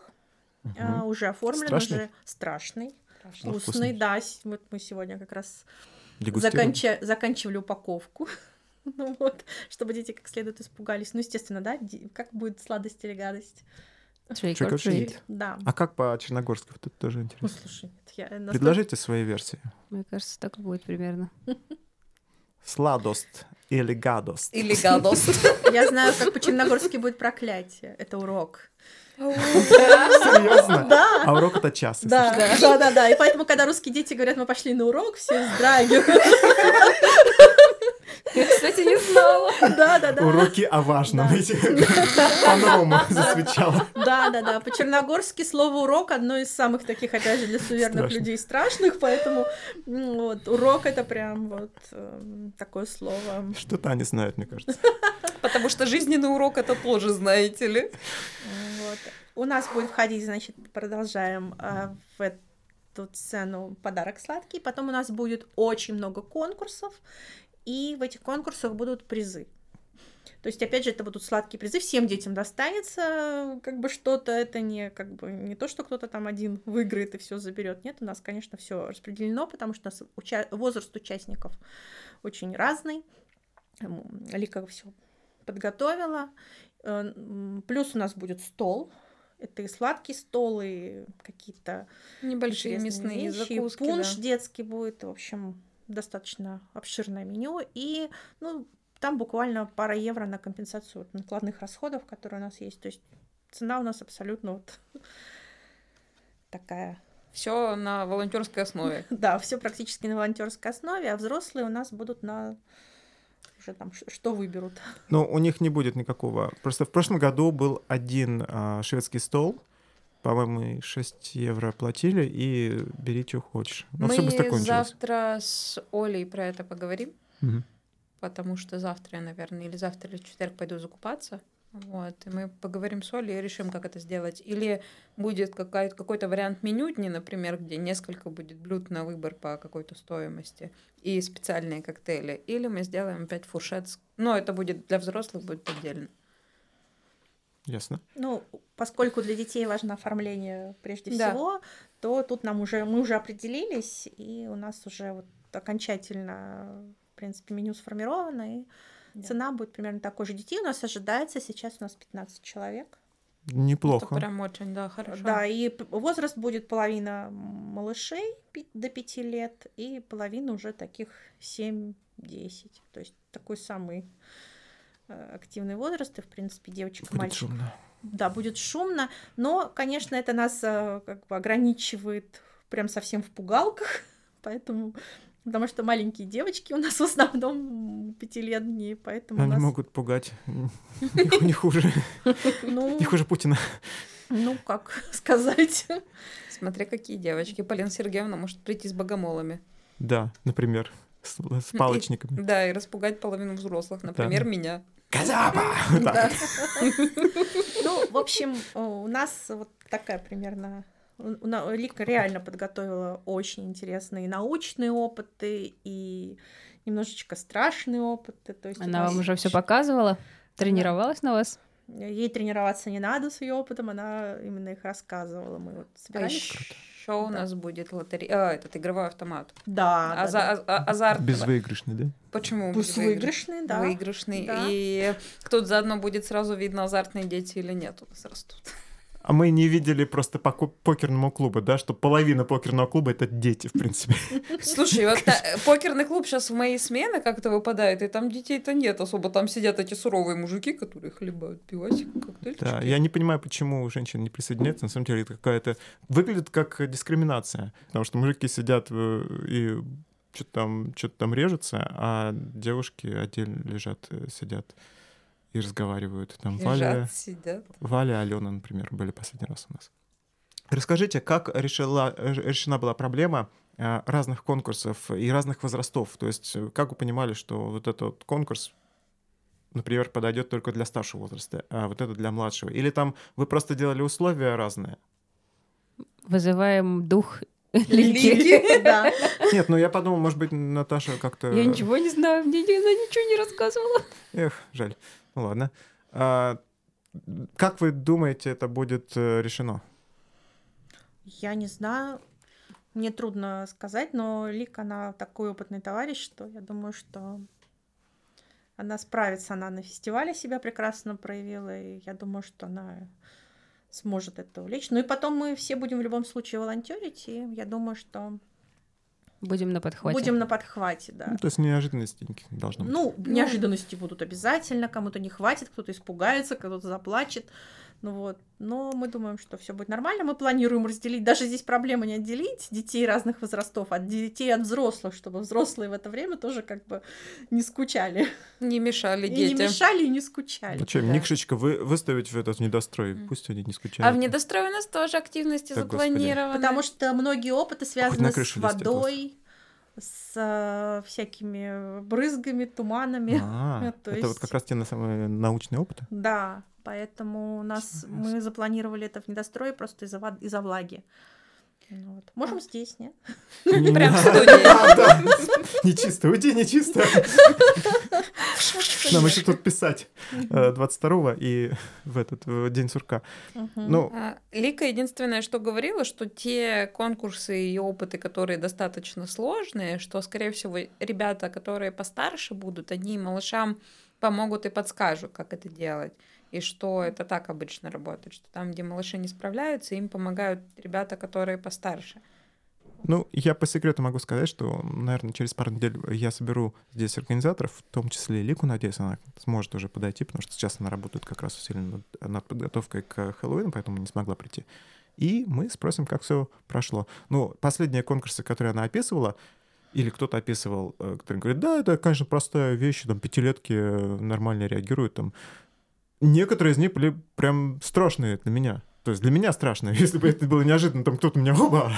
B: а,
C: Мгм.
B: уже оформлен,
C: Страшный?
B: уже страшный,
A: Страшно.
C: Ну,
B: вкусный,
C: вкусный.
B: да, с- вот мы сегодня как раз
C: Дегустируем.
B: заканча- заканчивали упаковку. Ну вот, чтобы дети как следует испугались. Ну, естественно, да, ди- как будет сладость или гадость.
D: Trick
C: Trick
D: or
C: or
D: treat.
C: treat.
B: Да.
C: А как по черногорски? Вот это тоже
B: Ну,
C: интересно.
B: слушай, нет, я настолько-
C: Предложите свои версии.
D: Мне кажется, так и будет примерно.
C: Сладост или гадост?
A: Или гадост.
B: Я знаю, как по-черногорски будет проклятие. Это урок.
C: Серьезно?
B: Да,
C: А урок это час. если
B: да,
C: что.
B: да, да, да. И поэтому, когда русские дети говорят, мы пошли на урок, все вздрагивают.
D: Я, кстати, не знала.
B: Да, да, да.
C: Уроки о важном. По-новому засвечало.
B: Да, да, да. По-черногорски слово урок одно из самых таких, опять же, для суверных
C: Страшно.
B: людей страшных, поэтому м, вот, урок это прям вот эм, такое слово.
C: Что-то они знают, мне кажется.
A: Потому что жизненный урок это тоже, знаете ли.
B: Вот. У нас будет входить, значит, продолжаем э, в эту цену подарок сладкий. Потом у нас будет очень много конкурсов, и в этих конкурсах будут призы. То есть, опять же, это будут сладкие призы. Всем детям достанется как бы что-то. Это не как бы не то, что кто-то там один выиграет и все заберет. Нет, у нас, конечно, все распределено, потому что у нас уча- возраст участников очень разный. М, Лика все подготовила. Э, м, Плюс у нас будет стол. Это и сладкий стол, и какие-то
A: Небольшие
B: интересные
A: мясные
B: вещи, и
A: закуски.
B: пунш
A: да.
B: детский будет. В общем, достаточно обширное меню. И ну, там буквально пара евро на компенсацию вот накладных расходов, которые у нас есть. То есть цена у нас абсолютно вот такая.
A: Все на волонтерской основе.
B: Да, все практически на волонтерской основе, а взрослые у нас будут на уже там ш- что выберут.
C: Но Ну, у них не будет никакого. Просто в прошлом году был один а, шведский стол. По-моему, 6 евро платили, и бери, что хочешь. Но все быстро
A: Мы
C: кончилось.
A: завтра с Олей про это поговорим.
C: Мгм.
A: потому что завтра я, наверное, или завтра, или в четверг пойду закупаться. Вот, и мы поговорим с Олей и решим, как это сделать. Или будет какая- какой-то вариант меню дни, например, где несколько будет блюд на выбор по какой-то стоимости и специальные коктейли. Или мы сделаем опять фуршет. с- Но это будет для взрослых, будет отдельно.
C: Ясно.
B: Ну, поскольку для детей важно оформление прежде
A: Да.
B: всего, то тут нам уже мы уже определились, и у нас уже вот окончательно, в принципе, меню сформировано, и
A: Да.
B: цена будет примерно такой же. Детей у нас ожидается сейчас у нас 15 человек.
C: Неплохо.
A: Это прям очень, да, хорошо.
B: Да, и п- возраст будет половина малышей пи- до 5 лет и половина уже таких 7-10. То есть такой самый э, активный возраст, и, в принципе, девочек,
C: Будет
B: мальчик.
C: шумно.
B: Да, будет шумно, но, конечно, это нас э, как бы ограничивает прям совсем в пугалках, поэтому, потому что маленькие девочки у нас в основном м, пятилетние, поэтому у
C: Ну, Они
B: нас,
C: могут пугать. Не не хуже.
B: ну,
C: Не хуже Путина.
B: ну, как сказать,
A: Смотри, какие девочки. Полина Сергеевна может прийти с богомолами.
C: Да, например. С, с палочниками.
A: Да, и распугать половину взрослых, например, меня.
C: Казапа! Вот так.
A: Да.
B: ну, в общем, э, у нас вот такая примерно у- у на- Лика реально подготовила очень интересные научные опыты и немножечко страшные опыты. То есть у
D: Она
B: нас
D: вам уже все показывала? Тренировалась на вас?
B: Ей тренироваться не надо с ее опытом, она именно их рассказывала. Мы вот
A: А
B: собирались.
A: еще у нас будет лотерея, а, этот игровой автомат.
B: Да, да,
A: Аза-
B: да.
A: а- а- азарт.
C: Безвыигрышный, да?
A: Почему?
B: Пусть выигрышный, да.
A: Выигрышный.
B: Да.
A: И тут заодно будет сразу видно, азартные дети или нет у нас растут.
C: А мы не видели просто по ку- покерному клубу, да, что половина покерного клуба — это дети, в принципе.
A: Слушай, вот та- покерный клуб сейчас в моей смены как-то выпадает, и там детей-то нет особо. Там сидят эти суровые мужики, которые хлебают пивасик, коктейльчики.
C: Да, я не понимаю, почему женщины не присоединяются. На самом деле это какая-то... Выглядит как дискриминация, потому что мужики сидят э, и что-то там, что там режутся, а девушки отдельно лежат, э, сидят и разговаривают. Там Валя,
A: Лежат, сидят.
C: Валя, Алена, например, были последний раз у нас. Расскажите, как решила, э, решена была проблема э, разных конкурсов и разных возрастов? То есть э, как вы понимали, что вот этот вот конкурс, например, подойдет только для старшего возраста, а вот это для младшего? Или там вы просто делали условия разные?
D: Вызываем дух
A: Лиги.
D: Лиги.
B: Да.
C: Нет, ну я подумал, может быть, Наташа как-то...
D: Я ничего не знаю, мне ни- она ничего не рассказывала.
C: Эх, жаль. Ну ладно. А, Как вы думаете, это будет э, решено?
B: Я не знаю, мне трудно сказать, но Лик, она такой опытный товарищ, что я думаю, что она справится. Она на фестивале себя прекрасно проявила, и я думаю, что она сможет это увлечь. Ну и потом мы все будем в любом случае волонтерить, и я думаю, что
D: Будем на подхвате.
B: будем на подхвате, да.
C: Ну, то есть неожиданностей никаких не должно быть.
B: Ну, неожиданности будут обязательно, кому-то не хватит, кто-то испугается, кто-то заплачет. Ну вот, но мы думаем, что все будет нормально. Мы планируем разделить, даже здесь проблема не отделить детей разных возрастов, от детей от взрослых, чтобы взрослые в это время тоже как бы не скучали.
A: Не мешали
B: И не
A: детям.
B: мешали, и не скучали.
C: Зачем?
A: Да.
C: Никшечка вы, выставить в этот недострой,
A: М.
C: пусть они не скучают.
A: А в недострое у нас тоже активности
C: Да, господи.
A: запланированы.
B: Потому что многие опыты
C: на
B: связаны с
C: крышу лезть, это
B: водой, с э, всякими брызгами, туманами.
A: Ну,
C: А,
B: то
C: это вот
B: есть-
C: как раз те на самые научные опыты.
B: Да, поэтому у нас мы запланировали это в недострое просто из-за вод- из-за влаги. Ну вот. Можем здесь, нет?
A: Прям в
C: Да,
A: студии.
C: да. Нечисто, уйди, нечисто. Нам еще тут писать э, 22 и в этот в день сурка.
B: Мгм.
C: Ну,
A: А, Лика единственное, что говорила, что те конкурсы и опыты, которые достаточно сложные, что, скорее всего, ребята, которые постарше будут, они малышам помогут и подскажут, как это делать. И что это так обычно работает, что там, где малыши не справляются, им помогают ребята, которые постарше.
C: Ну, я по секрету могу сказать, что, наверное, через пару недель я соберу здесь организаторов, в том числе и Лику, надеюсь, она сможет уже подойти, потому что сейчас она работает как раз усиленно над, над подготовкой к Хэллоуину, поэтому не смогла прийти. И мы спросим, как все прошло. Ну, последние конкурсы, которые она описывала, или кто-то описывал, э, который говорит, да, это, конечно, простая вещь, там, пятилетки э, нормально реагируют, там. Некоторые из них были прям страшные для меня. То есть для меня страшно. Если бы это было неожиданно, там кто-то меня оба.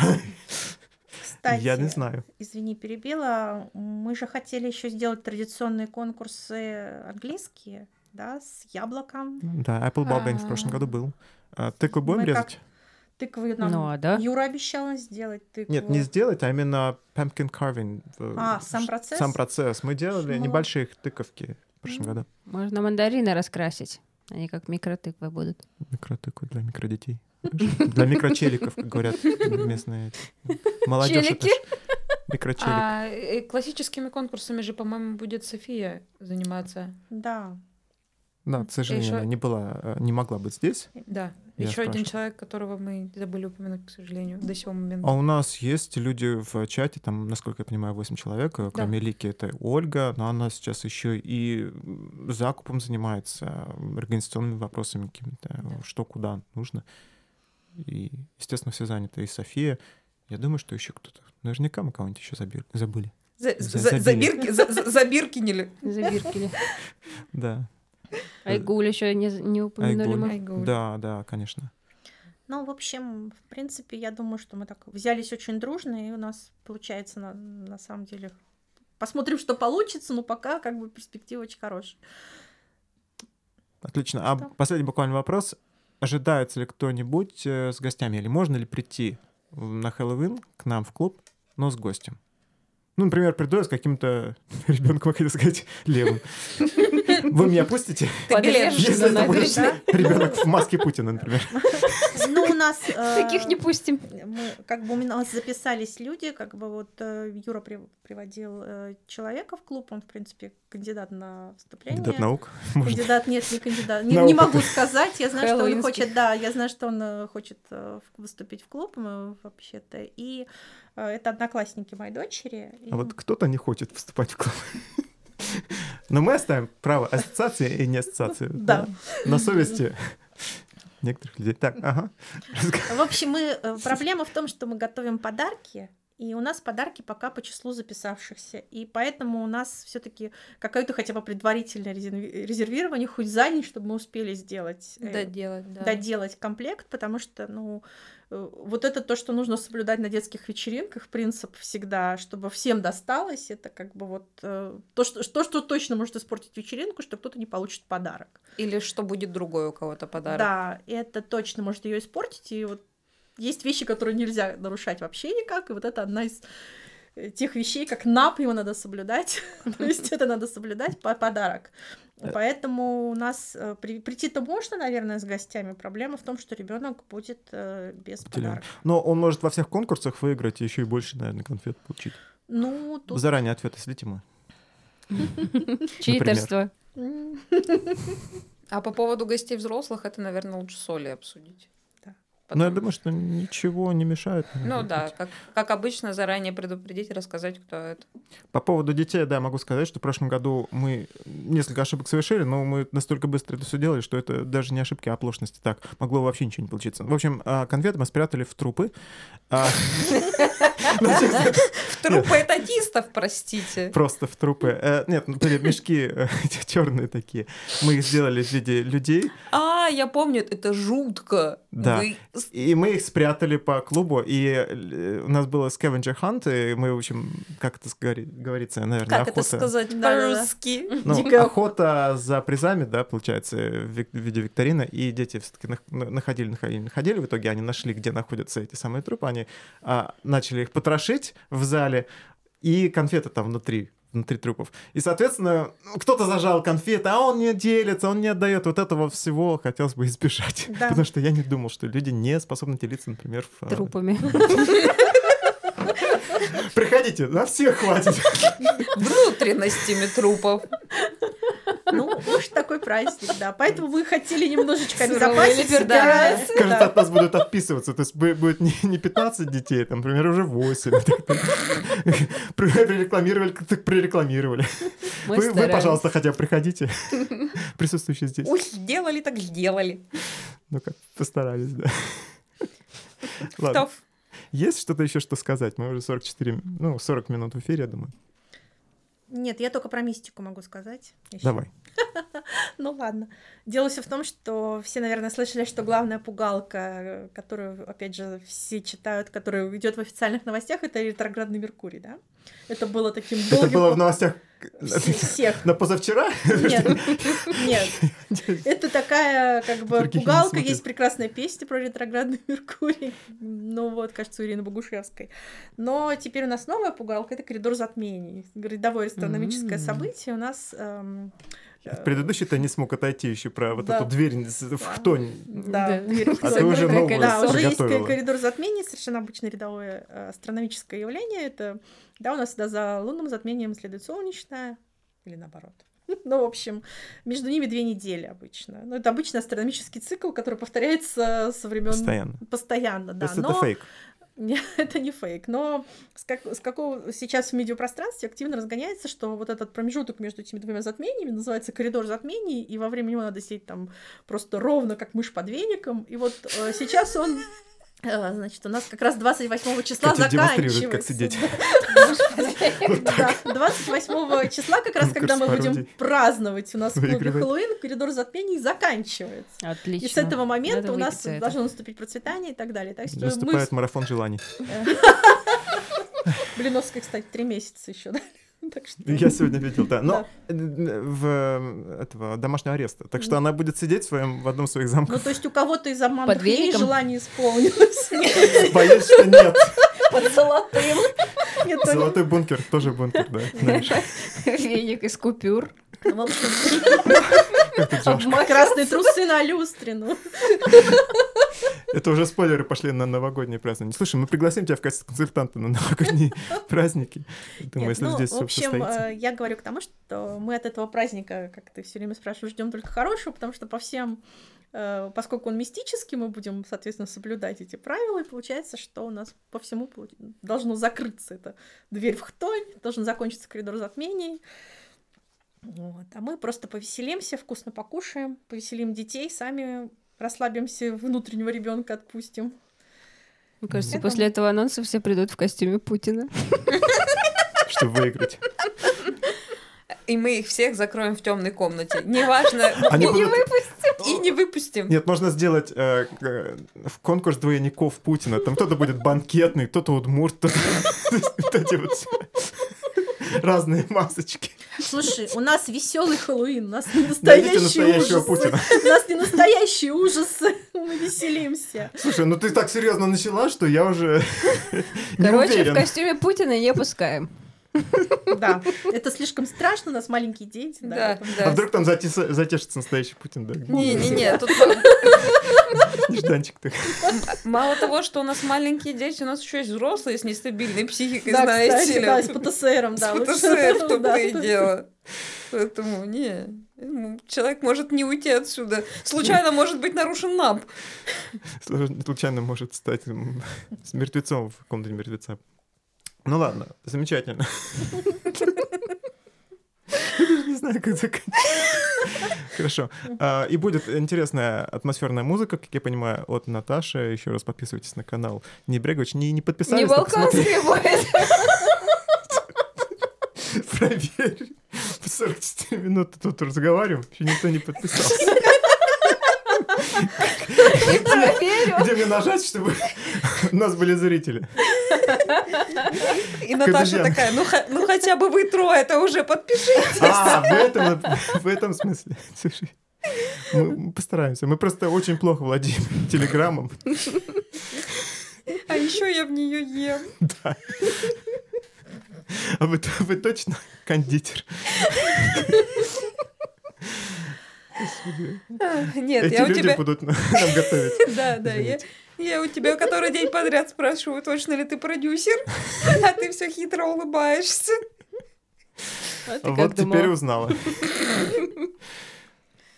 B: Кстати,
C: Я не знаю.
B: извини, перебила. Мы же хотели еще сделать традиционные конкурсы английские, да, с яблоком.
C: Да, Apple Ball Gang в прошлом году был. А, Тыкву будем
B: Мы как
C: резать?
B: Тыквы нам
D: Ну а да.
B: Юра обещала сделать тыкву.
C: Нет, не сделать, а именно pumpkin carving. э,
B: А, сам
C: ш-
B: процесс?
C: Сам процесс. Мы делали
B: Ну.
C: небольшие тыковки в прошлом году.
D: Можно мандарины раскрасить. Они как микротыквы будут.
C: Микротыку для микродетей. Для микрочеликов, как говорят местные. Молодежь. это
D: Челики?
C: ж Микрочелик.
A: А, э, классическими конкурсами же, по-моему, будет София заниматься.
B: Да.
C: Да, к сожалению,
A: ещё-
C: она не была, э, не могла быть здесь.
A: Да.
C: Я
A: Еще один
C: спрашивал.
A: человек, которого мы забыли упомянуть, к сожалению, до сего момента.
C: А у нас есть люди в чате, там, насколько я понимаю, 8 человек, э, кроме Лики, это Ольга, но она сейчас еще и м, закупом занимается, м, организационными вопросами какими-то, э, что куда нужно. И, естественно, все заняты. И София. Я думаю, что еще кто-то. Наверняка мы кого-нибудь еще забыли.
A: За-
C: За-
A: за-
C: забили.
A: забирки- за- за- Забиркинили.
D: Забиркили.
C: Да.
D: Айгуль еще не, не упомянули
C: Айгуль.
D: мы.
A: Айгуль.
C: Да, да, конечно.
B: Ну, в общем, в принципе, я думаю, что мы так взялись очень дружно, и у нас получается на, на самом деле. Посмотрим, что получится, но пока как бы перспектива очень хорошая.
C: Отлично. А
B: Да.
C: последний буквально вопрос. Ожидается ли кто-нибудь э, с гостями? Или можно ли прийти в- на Хэллоуин к нам в клуб, но с гостем? Ну, например, приду я с каким-то ребенком, хотел сказать, левым. Вы меня пустите?
A: Подвешен
C: Если это будет
D: навечно.
C: ребенок в маске Путина, например.
B: Ну, у нас... э,
D: Таких не пустим.
B: мы, как бы у нас записались люди, как бы вот э, Юра при- приводил э, человека в клуб, он, в принципе, кандидат на вступление.
C: Кандидат наук. Может,
B: Кандидат, нет, не кандидат. Не,
C: Наука
B: не могу сказать. Я знаю, что он
D: Хэллоуинский.
B: хочет, да, я знаю, что он э, хочет э, в- выступить в клуб э, вообще-то. И э, это одноклассники моей дочери. И
C: а вот кто-то не хочет вступать в клуб. Но мы оставим право ассоциации и не ассоциации.
B: Да.
C: На совести некоторых людей. Так, ага. Раска-
B: В общем, мы, э, проблема в том, что мы готовим подарки, и у нас подарки пока по числу записавшихся. И поэтому у нас все-таки какое-то хотя бы предварительное резерви- резервирование, хоть за день, чтобы мы успели сделать. э,
A: Доделать, да.
B: доделать комплект, потому что, ну, э, вот это то, что нужно соблюдать на детских вечеринках, принцип всегда, чтобы всем досталось, это как бы вот э, то, что, то, что точно может испортить вечеринку, что кто-то не получит подарок.
A: Или что будет другой у кого-то подарок.
B: Да, это точно может ее испортить, и вот есть вещи, которые нельзя нарушать вообще никак, и вот это одна из э, тех вещей, как НАП, его надо соблюдать, то есть это надо соблюдать по подарок.
C: Э.
B: Поэтому у нас э, при- прийти-то можно, наверное, с гостями. Проблема в том, что ребенок будет э, без
C: Теле-
B: подарка.
C: Но он может во всех конкурсах выиграть и еще и больше, наверное, конфет получить.
B: Ну, тут...
C: Заранее ответы слить ему.
D: Читерство.
B: м,
A: А по поводу гостей взрослых, это, наверное, лучше соли обсудить.
B: Да.
C: Но Ну, я
A: Потом.
C: думаю, что ничего не мешает.
A: Ну
C: наверное,
A: да,
C: быть.
A: как, как обычно, заранее предупредить и рассказать, кто это.
C: По поводу детей, да, могу сказать, что в прошлом году мы несколько ошибок совершили, но мы настолько быстро это все делали, что это даже не ошибки, а оплошности. Так, могло вообще ничего не получиться. В общем, а, конфеты мы спрятали в трупы. А,
A: В трупы этатистов, простите.
C: Просто в трупы. Э, Нет, ну, были мешки черные такие. Мы их сделали в виде людей,
A: А, я помню, это жутко.
C: Да.
A: Вы с-
C: и мы их спрятали по клубу, и э, у нас было scavenger хант, и мы, в общем, как это говори- говорится, наверное,
A: Как это
C: охота.
A: сказать
B: Да-да-да.
A: по-русски?
C: Ну,
B: Дикая
C: охота за призами, да, получается, в вик- в виде викторины, и дети все-таки находили, находили, находили, в итоге они нашли, где находятся эти самые трупы, они а, начали их потрошить в зале, и конфеты там внутри, внутри трупов. И, соответственно, ну, кто-то зажал конфеты, а он не делится, он не отдает. Вот этого всего хотелось бы избежать,
B: Да.
C: потому что я не думал, что люди не способны делиться, например, в... а,
D: Трупами.
C: Приходите, на всех хватит.
A: Внутренностями трупов.
B: ну, уж такой праздник, да. Поэтому мы хотели немножечко
A: Суровый
B: обезопасить
A: либердаль.
B: себя.
A: Да.
C: Кажется,
B: Да.
C: от нас будут отписываться. То есть бу- будет не не 15 детей, там, например, уже 8. Прирекламировали, так прирекламировали. Вы,
D: Мы
C: вы,
D: стараемся.
C: пожалуйста, хотя бы приходите. Присутствующие здесь.
A: Уж сделали, так сделали.
C: Ну как, постарались, да. Ладно.
A: Кто?
C: Есть что-то еще что сказать? Мы уже 44, ну, 40 минут в эфире, я думаю.
B: Нет, я только про мистику могу сказать. ещё.
C: Давай.
B: Ну ладно. Дело все в том, что все, наверное, слышали, что главная пугалка, э, которую, опять же, все читают, которая идет в официальных новостях, это ретроградный Меркурий, да? Это было таким долгим...
C: Это было в новостях
B: Все- Всех.
C: на позавчера?
B: Нет, нет. Это такая, как бы,
C: Других я не
B: пугалка.
C: смотрю.
B: Есть прекрасная песня про ретроградный Меркурий. Ну вот, кажется, у Ирины Богушевской. Но теперь у нас новая пугалка. Это коридор затмений. Рядовое астрономическое
C: М.
B: событие. У нас... эм, э,
C: Предыдущий-то не смог отойти еще про вот
B: Да.
C: эту дверь с- в хтонь.
B: Да,
D: Да.
B: дверь в
C: А
B: хтонь.
C: ты уже
D: Доброе
C: новую
B: Да,
D: кольцо.
B: уже есть
C: приготовила.
B: кор- коридор затмений, совершенно обычное рядовое э, астрономическое явление. Это, да, у нас всегда за лунным затмением следует солнечное, или наоборот. Ну, в общем, между ними две недели обычно. Ну, это обычный астрономический цикл, который повторяется со времен
C: Постоянно.
B: постоянно, да.
C: То есть это
B: но-
C: фейк.
B: Нет, это не фейк, но с, как- с какого сейчас в медиапространстве активно разгоняется, что вот этот промежуток между этими двумя затмениями называется коридор затмений, и во время него надо сидеть там просто ровно, как мышь под веником, и вот э, сейчас он, э, значит, у нас как раз 28 числа
C: Катя демонстрирует,
B: заканчивается.
C: как сидеть.
B: Да, 28 числа, как раз,
C: Конкурс
B: когда мы будем
C: пародий.
B: праздновать у нас в клубе
C: Выигрывает.
B: Хэллоуин, коридор затмений заканчивается.
D: Отлично.
B: И с этого момента
D: Надо
B: у нас
D: выпить за это.
B: должно наступить процветание и так далее. Так что мы
C: Наступает марафон желаний.
B: Блиновской, кстати, три месяца еще, да? Так что...
C: Я сегодня видел, да. Но э, э, в э, этого домашнего ареста. Так что она будет сидеть в, своем, в одном из своих
B: Ну,
C: замков.
B: то есть у кого-то из обманутых
D: Под
B: ей
D: веником?
B: желание исполнилось.
C: Боюсь, что нет.
D: Под золотым.
B: не то. не-
C: Золотой бункер, тоже бункер, да. Знаешь,
D: Веник из купюр.
B: Ну, в общем,
C: как тут жалко.
D: Обман.
B: Красные трусы на ну. люстрину.
C: Это уже спойлеры пошли на новогодние праздники. Слушай, мы пригласим тебя в качестве консультанта на новогодние праздники. Думаю,
B: Нет,
C: если
B: ну,
C: здесь
B: в
C: все
B: общем,
C: состоится.
B: э, я говорю к тому, что мы от этого праздника, как ты все время спрашиваешь, ждем только хорошего, потому что по всем, э, поскольку он мистический, мы будем, соответственно, соблюдать эти правила, и получается, что у нас по всему получ- должно закрыться эта дверь в хтонь, должен закончиться коридор затмений. Вот. А мы просто повеселимся, вкусно покушаем, повеселим детей, сами расслабимся, внутреннего ребенка отпустим.
D: Мне кажется,
B: Это-
D: после этого анонса все придут в костюме Путина.
C: Чтобы выиграть.
A: И мы их всех закроем в темной комнате. Неважно.
C: Они
A: И не
C: будут-
A: выпустим. И не выпустим.
C: Нет, можно сделать э, к- э, в конкурс двойников Путина. Там кто-то будет банкетный, кто-то удмурт, кто-то... вот эти вот все. Разные масочки.
B: Слушай, у нас веселый Хэллоуин, у нас не настоящие
C: Найдите настоящего
B: ужасы.
C: Путина.
B: У нас не настоящие ужасы, мы веселимся.
C: Слушай, ну ты так серьезно начала, что я уже не
D: Короче, в
C: уверен.
D: костюме Путина не пускаем.
B: Да, это слишком страшно, у нас маленькие дети. Да.
A: Да,
B: поэтому-
C: А
A: да.
C: вдруг там затеса- затешится настоящий Путин, да?
A: Не-не-не, тут
C: Нежданчик ты.
A: мало того, что у нас маленькие дети, у нас еще есть взрослые с нестабильной психикой,
B: Да,
A: знаете
B: кстати,
A: ли.
B: да, с ПТСРом, да.
A: С
B: лучше.
A: ПТСР в
B: Да,
A: том-то и
B: тут-
A: дело. Поэтому не. ну, Человек может не уйти отсюда. Случайно может быть нарушен НАП.
C: Слу- Случайно может стать м, с мертвецом в каком-то мертвеца. Ну ладно, замечательно. Я даже не знаю, как закончить. Хорошо. А, И будет интересная атмосферная музыка, как я понимаю, от Наташи. Еще раз подписывайтесь на канал. Не Брегович, не, не подписались,
D: Не
C: то посмотри.
D: балканская будет.
C: Проверь. 44 минуты тут разговариваем, еще никто не подписался.
D: Не проверю.
C: Где мне нажать, чтобы у нас были зрители?
B: А
A: И Наташа
C: друзьям.
A: такая, ну, ха- ну хотя бы вы трое это уже подпишитесь.
C: А, в этом, в этом смысле. Слушай, мы мы постараемся. Мы просто очень плохо владеем телеграммом.
A: А еще я в нее ем.
C: А вы, вы точно кондитер?
A: А, Нет,
C: Эти
A: я у
C: люди
A: тебя...
C: будут нам готовить.
A: Да, да, я, я у тебя который день подряд спрашиваю, точно ли ты продюсер, а ты все хитро улыбаешься.
D: А ты как
C: Вот теперь
D: думала?
C: узнала.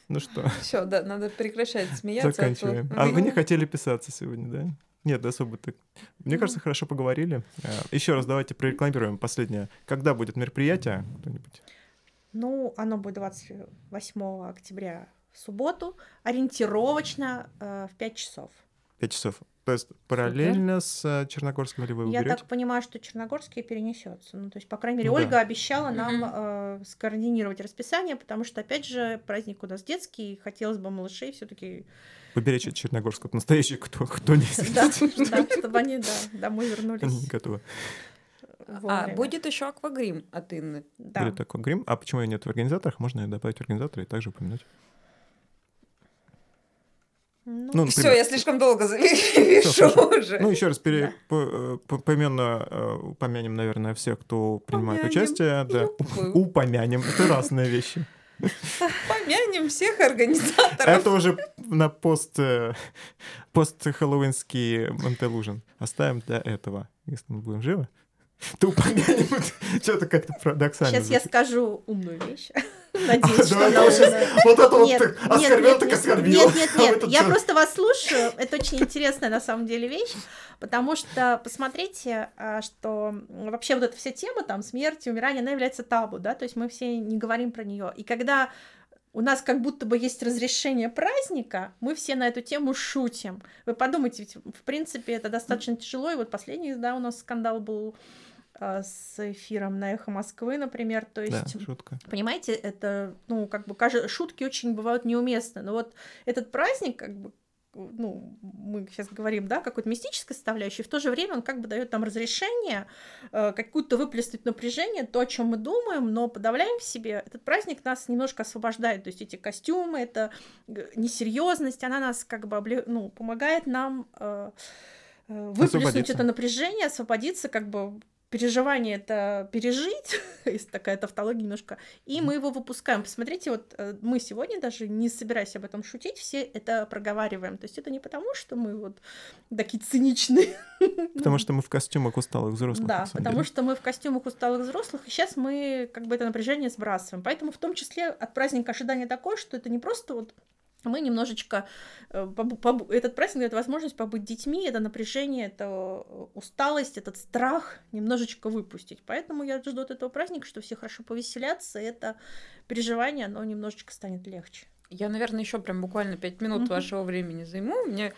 C: Ну что,
A: Все, да, надо прекращать смеяться. а то-
C: заканчиваем. А вы не хотели писаться сегодня, да? Нет, особо так. Мне кажется, хорошо поговорили. А, Еще раз давайте прорекламируем последнее. Когда будет мероприятие? Кто-нибудь?
B: Ну, оно будет 28 октября в субботу, ориентировочно э, в 5 часов.
C: Пять часов. То есть параллельно с э, Черногорским или вы
B: Я
C: уберете?
B: так понимаю, что Черногорский перенесется. Ну, то есть, по крайней мере,
C: Ну да.
B: Ольга обещала нам
A: Мгм.
B: э, скоординировать расписание, потому что, опять же, праздник у нас детский, и хотелось бы малышей все-таки
C: Уберечь от Черногорска от настоящих, кто, кто не
B: да, да, чтобы они да, домой
C: Они не
B: вернулись.
C: готовы.
A: А,
B: вовремя.
A: будет еще аквагрим от Инны.
B: Да.
C: Или такой грим. А почему ее нет в организаторах? Можно ее добавить в организаторы и также упомянуть.
B: Ну,
C: Ну,
A: Все, я
C: например,
A: слишком долго завешу
C: хорошо.
A: уже.
C: ну, еще раз пере... по- э, по- поименно э, упомянем, наверное, всех, кто принимает
A: Помянем.
C: участие. Да.
A: Ёпы.
C: Упомянем. Это разные вещи.
A: Помянем всех организаторов.
C: Это уже на пост э, пост хэллоуинский Монтелужин. Оставим до этого, если мы будем живы. Ты упомянем. Что-то как-то парадоксально.
B: Сейчас я
C: звучит.
B: скажу умную вещь. Надеюсь,
C: А,
B: что
C: да,
B: она
C: это вот
B: умная.
C: щас- Вот это вот
B: Нет,
C: так
B: нет,
C: оскорбил,
B: нет,
C: так
B: нет,
C: оскорбил.
B: Нет, нет,
C: А вы
B: нет,
C: тут
B: я
C: чё?
B: просто вас слушаю. Это очень интересная на самом деле вещь, потому что посмотрите, а, что м, вообще вот эта вся тема там смерти, умирания, она является табу, да, то есть мы все не говорим про нее. И когда у нас как будто бы есть разрешение праздника, мы все на эту тему шутим. Вы подумайте, ведь в принципе это достаточно тяжело, и вот последний, да, у нас скандал был а, с эфиром на Эхо Москвы, например, то
C: Да,
B: есть
C: шутка.
B: Понимаете, это, ну, как бы, кажи- шутки очень бывают неуместны. Но вот этот праздник, как бы, ну, мы сейчас говорим, да, какой-то мистической составляющей, в то же время он как бы дает нам разрешение э, какую-то выплеснуть напряжение, то, о чем мы думаем, но подавляем в себе. Этот праздник нас немножко освобождает, то есть эти костюмы, это г- несерьезность, она нас как бы, обле- ну, помогает нам э, э, выплеснуть
C: Освободиться.
B: это напряжение, освободиться, как бы переживание это пережить, есть такая тавтология немножко, и мы его выпускаем. Посмотрите, вот э, мы сегодня даже не собираясь об этом шутить, все это проговариваем. То есть это не потому, что мы вот такие циничные.
C: Потому что мы в костюмах усталых взрослых.
B: Ну. Да,
C: на самом
B: потому
C: деле.
B: что мы в костюмах усталых взрослых, и сейчас мы как бы это напряжение сбрасываем. Поэтому в том числе от праздника ожидание такое, что это не просто вот мы немножечко... э, побу- побу- Этот праздник дает возможность побыть детьми, это напряжение, это э, усталость, этот страх немножечко выпустить. Поэтому я жду от этого праздника, что все хорошо повеселятся, и это переживание, оно немножечко станет легче.
A: Я, наверное, еще прям буквально пять минут
B: Мгм.
A: вашего времени займу. Мне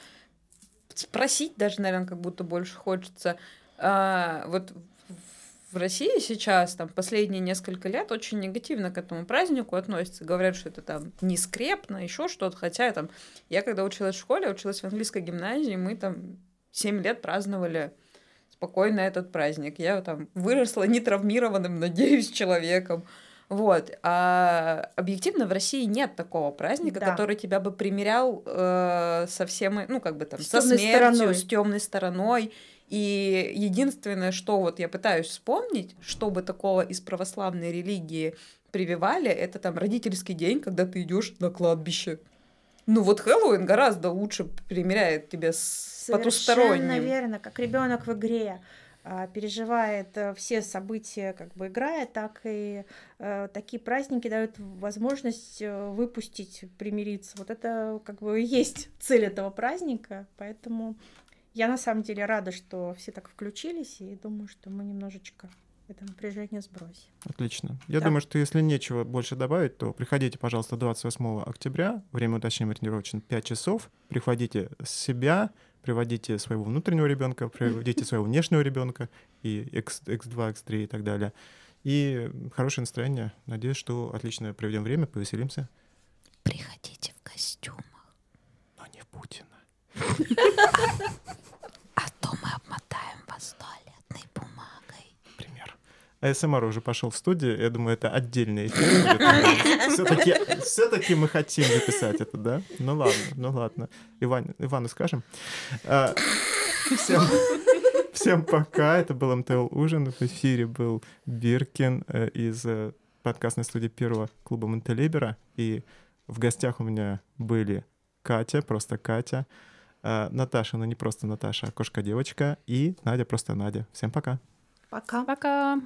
A: спросить даже, наверное, как будто больше хочется. А, вот в- в России сейчас, там, последние несколько лет очень негативно к этому празднику относятся. Говорят, что это там не скрепно, еще что-то. Хотя там, я когда училась в школе, училась в английской гимназии, мы там 7 лет праздновали спокойно этот праздник. Я там выросла нетравмированным, надеюсь, человеком. Вот. А объективно в России нет такого праздника,
B: Да.
A: который тебя бы примерял э, со всем, и- ну, как бы там,
B: С
A: со
B: тёмной
A: смертью,
B: стороной.
A: с темной стороной. И единственное, что вот я пытаюсь вспомнить, чтобы такого из православной религии прививали, это там родительский день, когда ты идешь на кладбище. Ну вот Хэллоуин гораздо лучше примеряет тебя с
B: Совершенно
A: потусторонним.
B: верно, как ребенок в игре а, переживает э, все события, как бы играя, так и э, такие праздники дают возможность э, выпустить, примириться. Вот это как бы и есть цель этого праздника, поэтому я на самом деле рада, что все так включились, и думаю, что мы немножечко это напряжение сбросим.
C: Отлично. Я
B: Да.
C: думаю, что если нечего больше добавить, то приходите, пожалуйста, 28 октября. Время уточнения ориентировочно 5 часов. Приходите с себя, приводите своего внутреннего ребенка, приводите своего внешнего ребенка и X, X2, X3 и так далее. И хорошее настроение. Надеюсь, что отлично проведем время, повеселимся.
E: Приходите в костюмах,
C: Но не в Путина.
E: а то мы обмотаем вас туалетной бумагой.
C: Пример. АСМР А уже пошел в студию. Я думаю, это отдельный эфир. Все-таки, мы хотим записать это, да? Ну ладно, ну ладно. Иван, Ивану скажем. А, всем, всем пока. Это был МТЛ Ужин. В эфире был Биркин э, из э, подкастной студии первого клуба Монтелибера. И в гостях у меня были Катя, просто Катя, э, Наташа, а но не просто Наташа, а кошка-девочка, и Надя, просто Надя. Всем пока.
B: Пока.
D: Пока.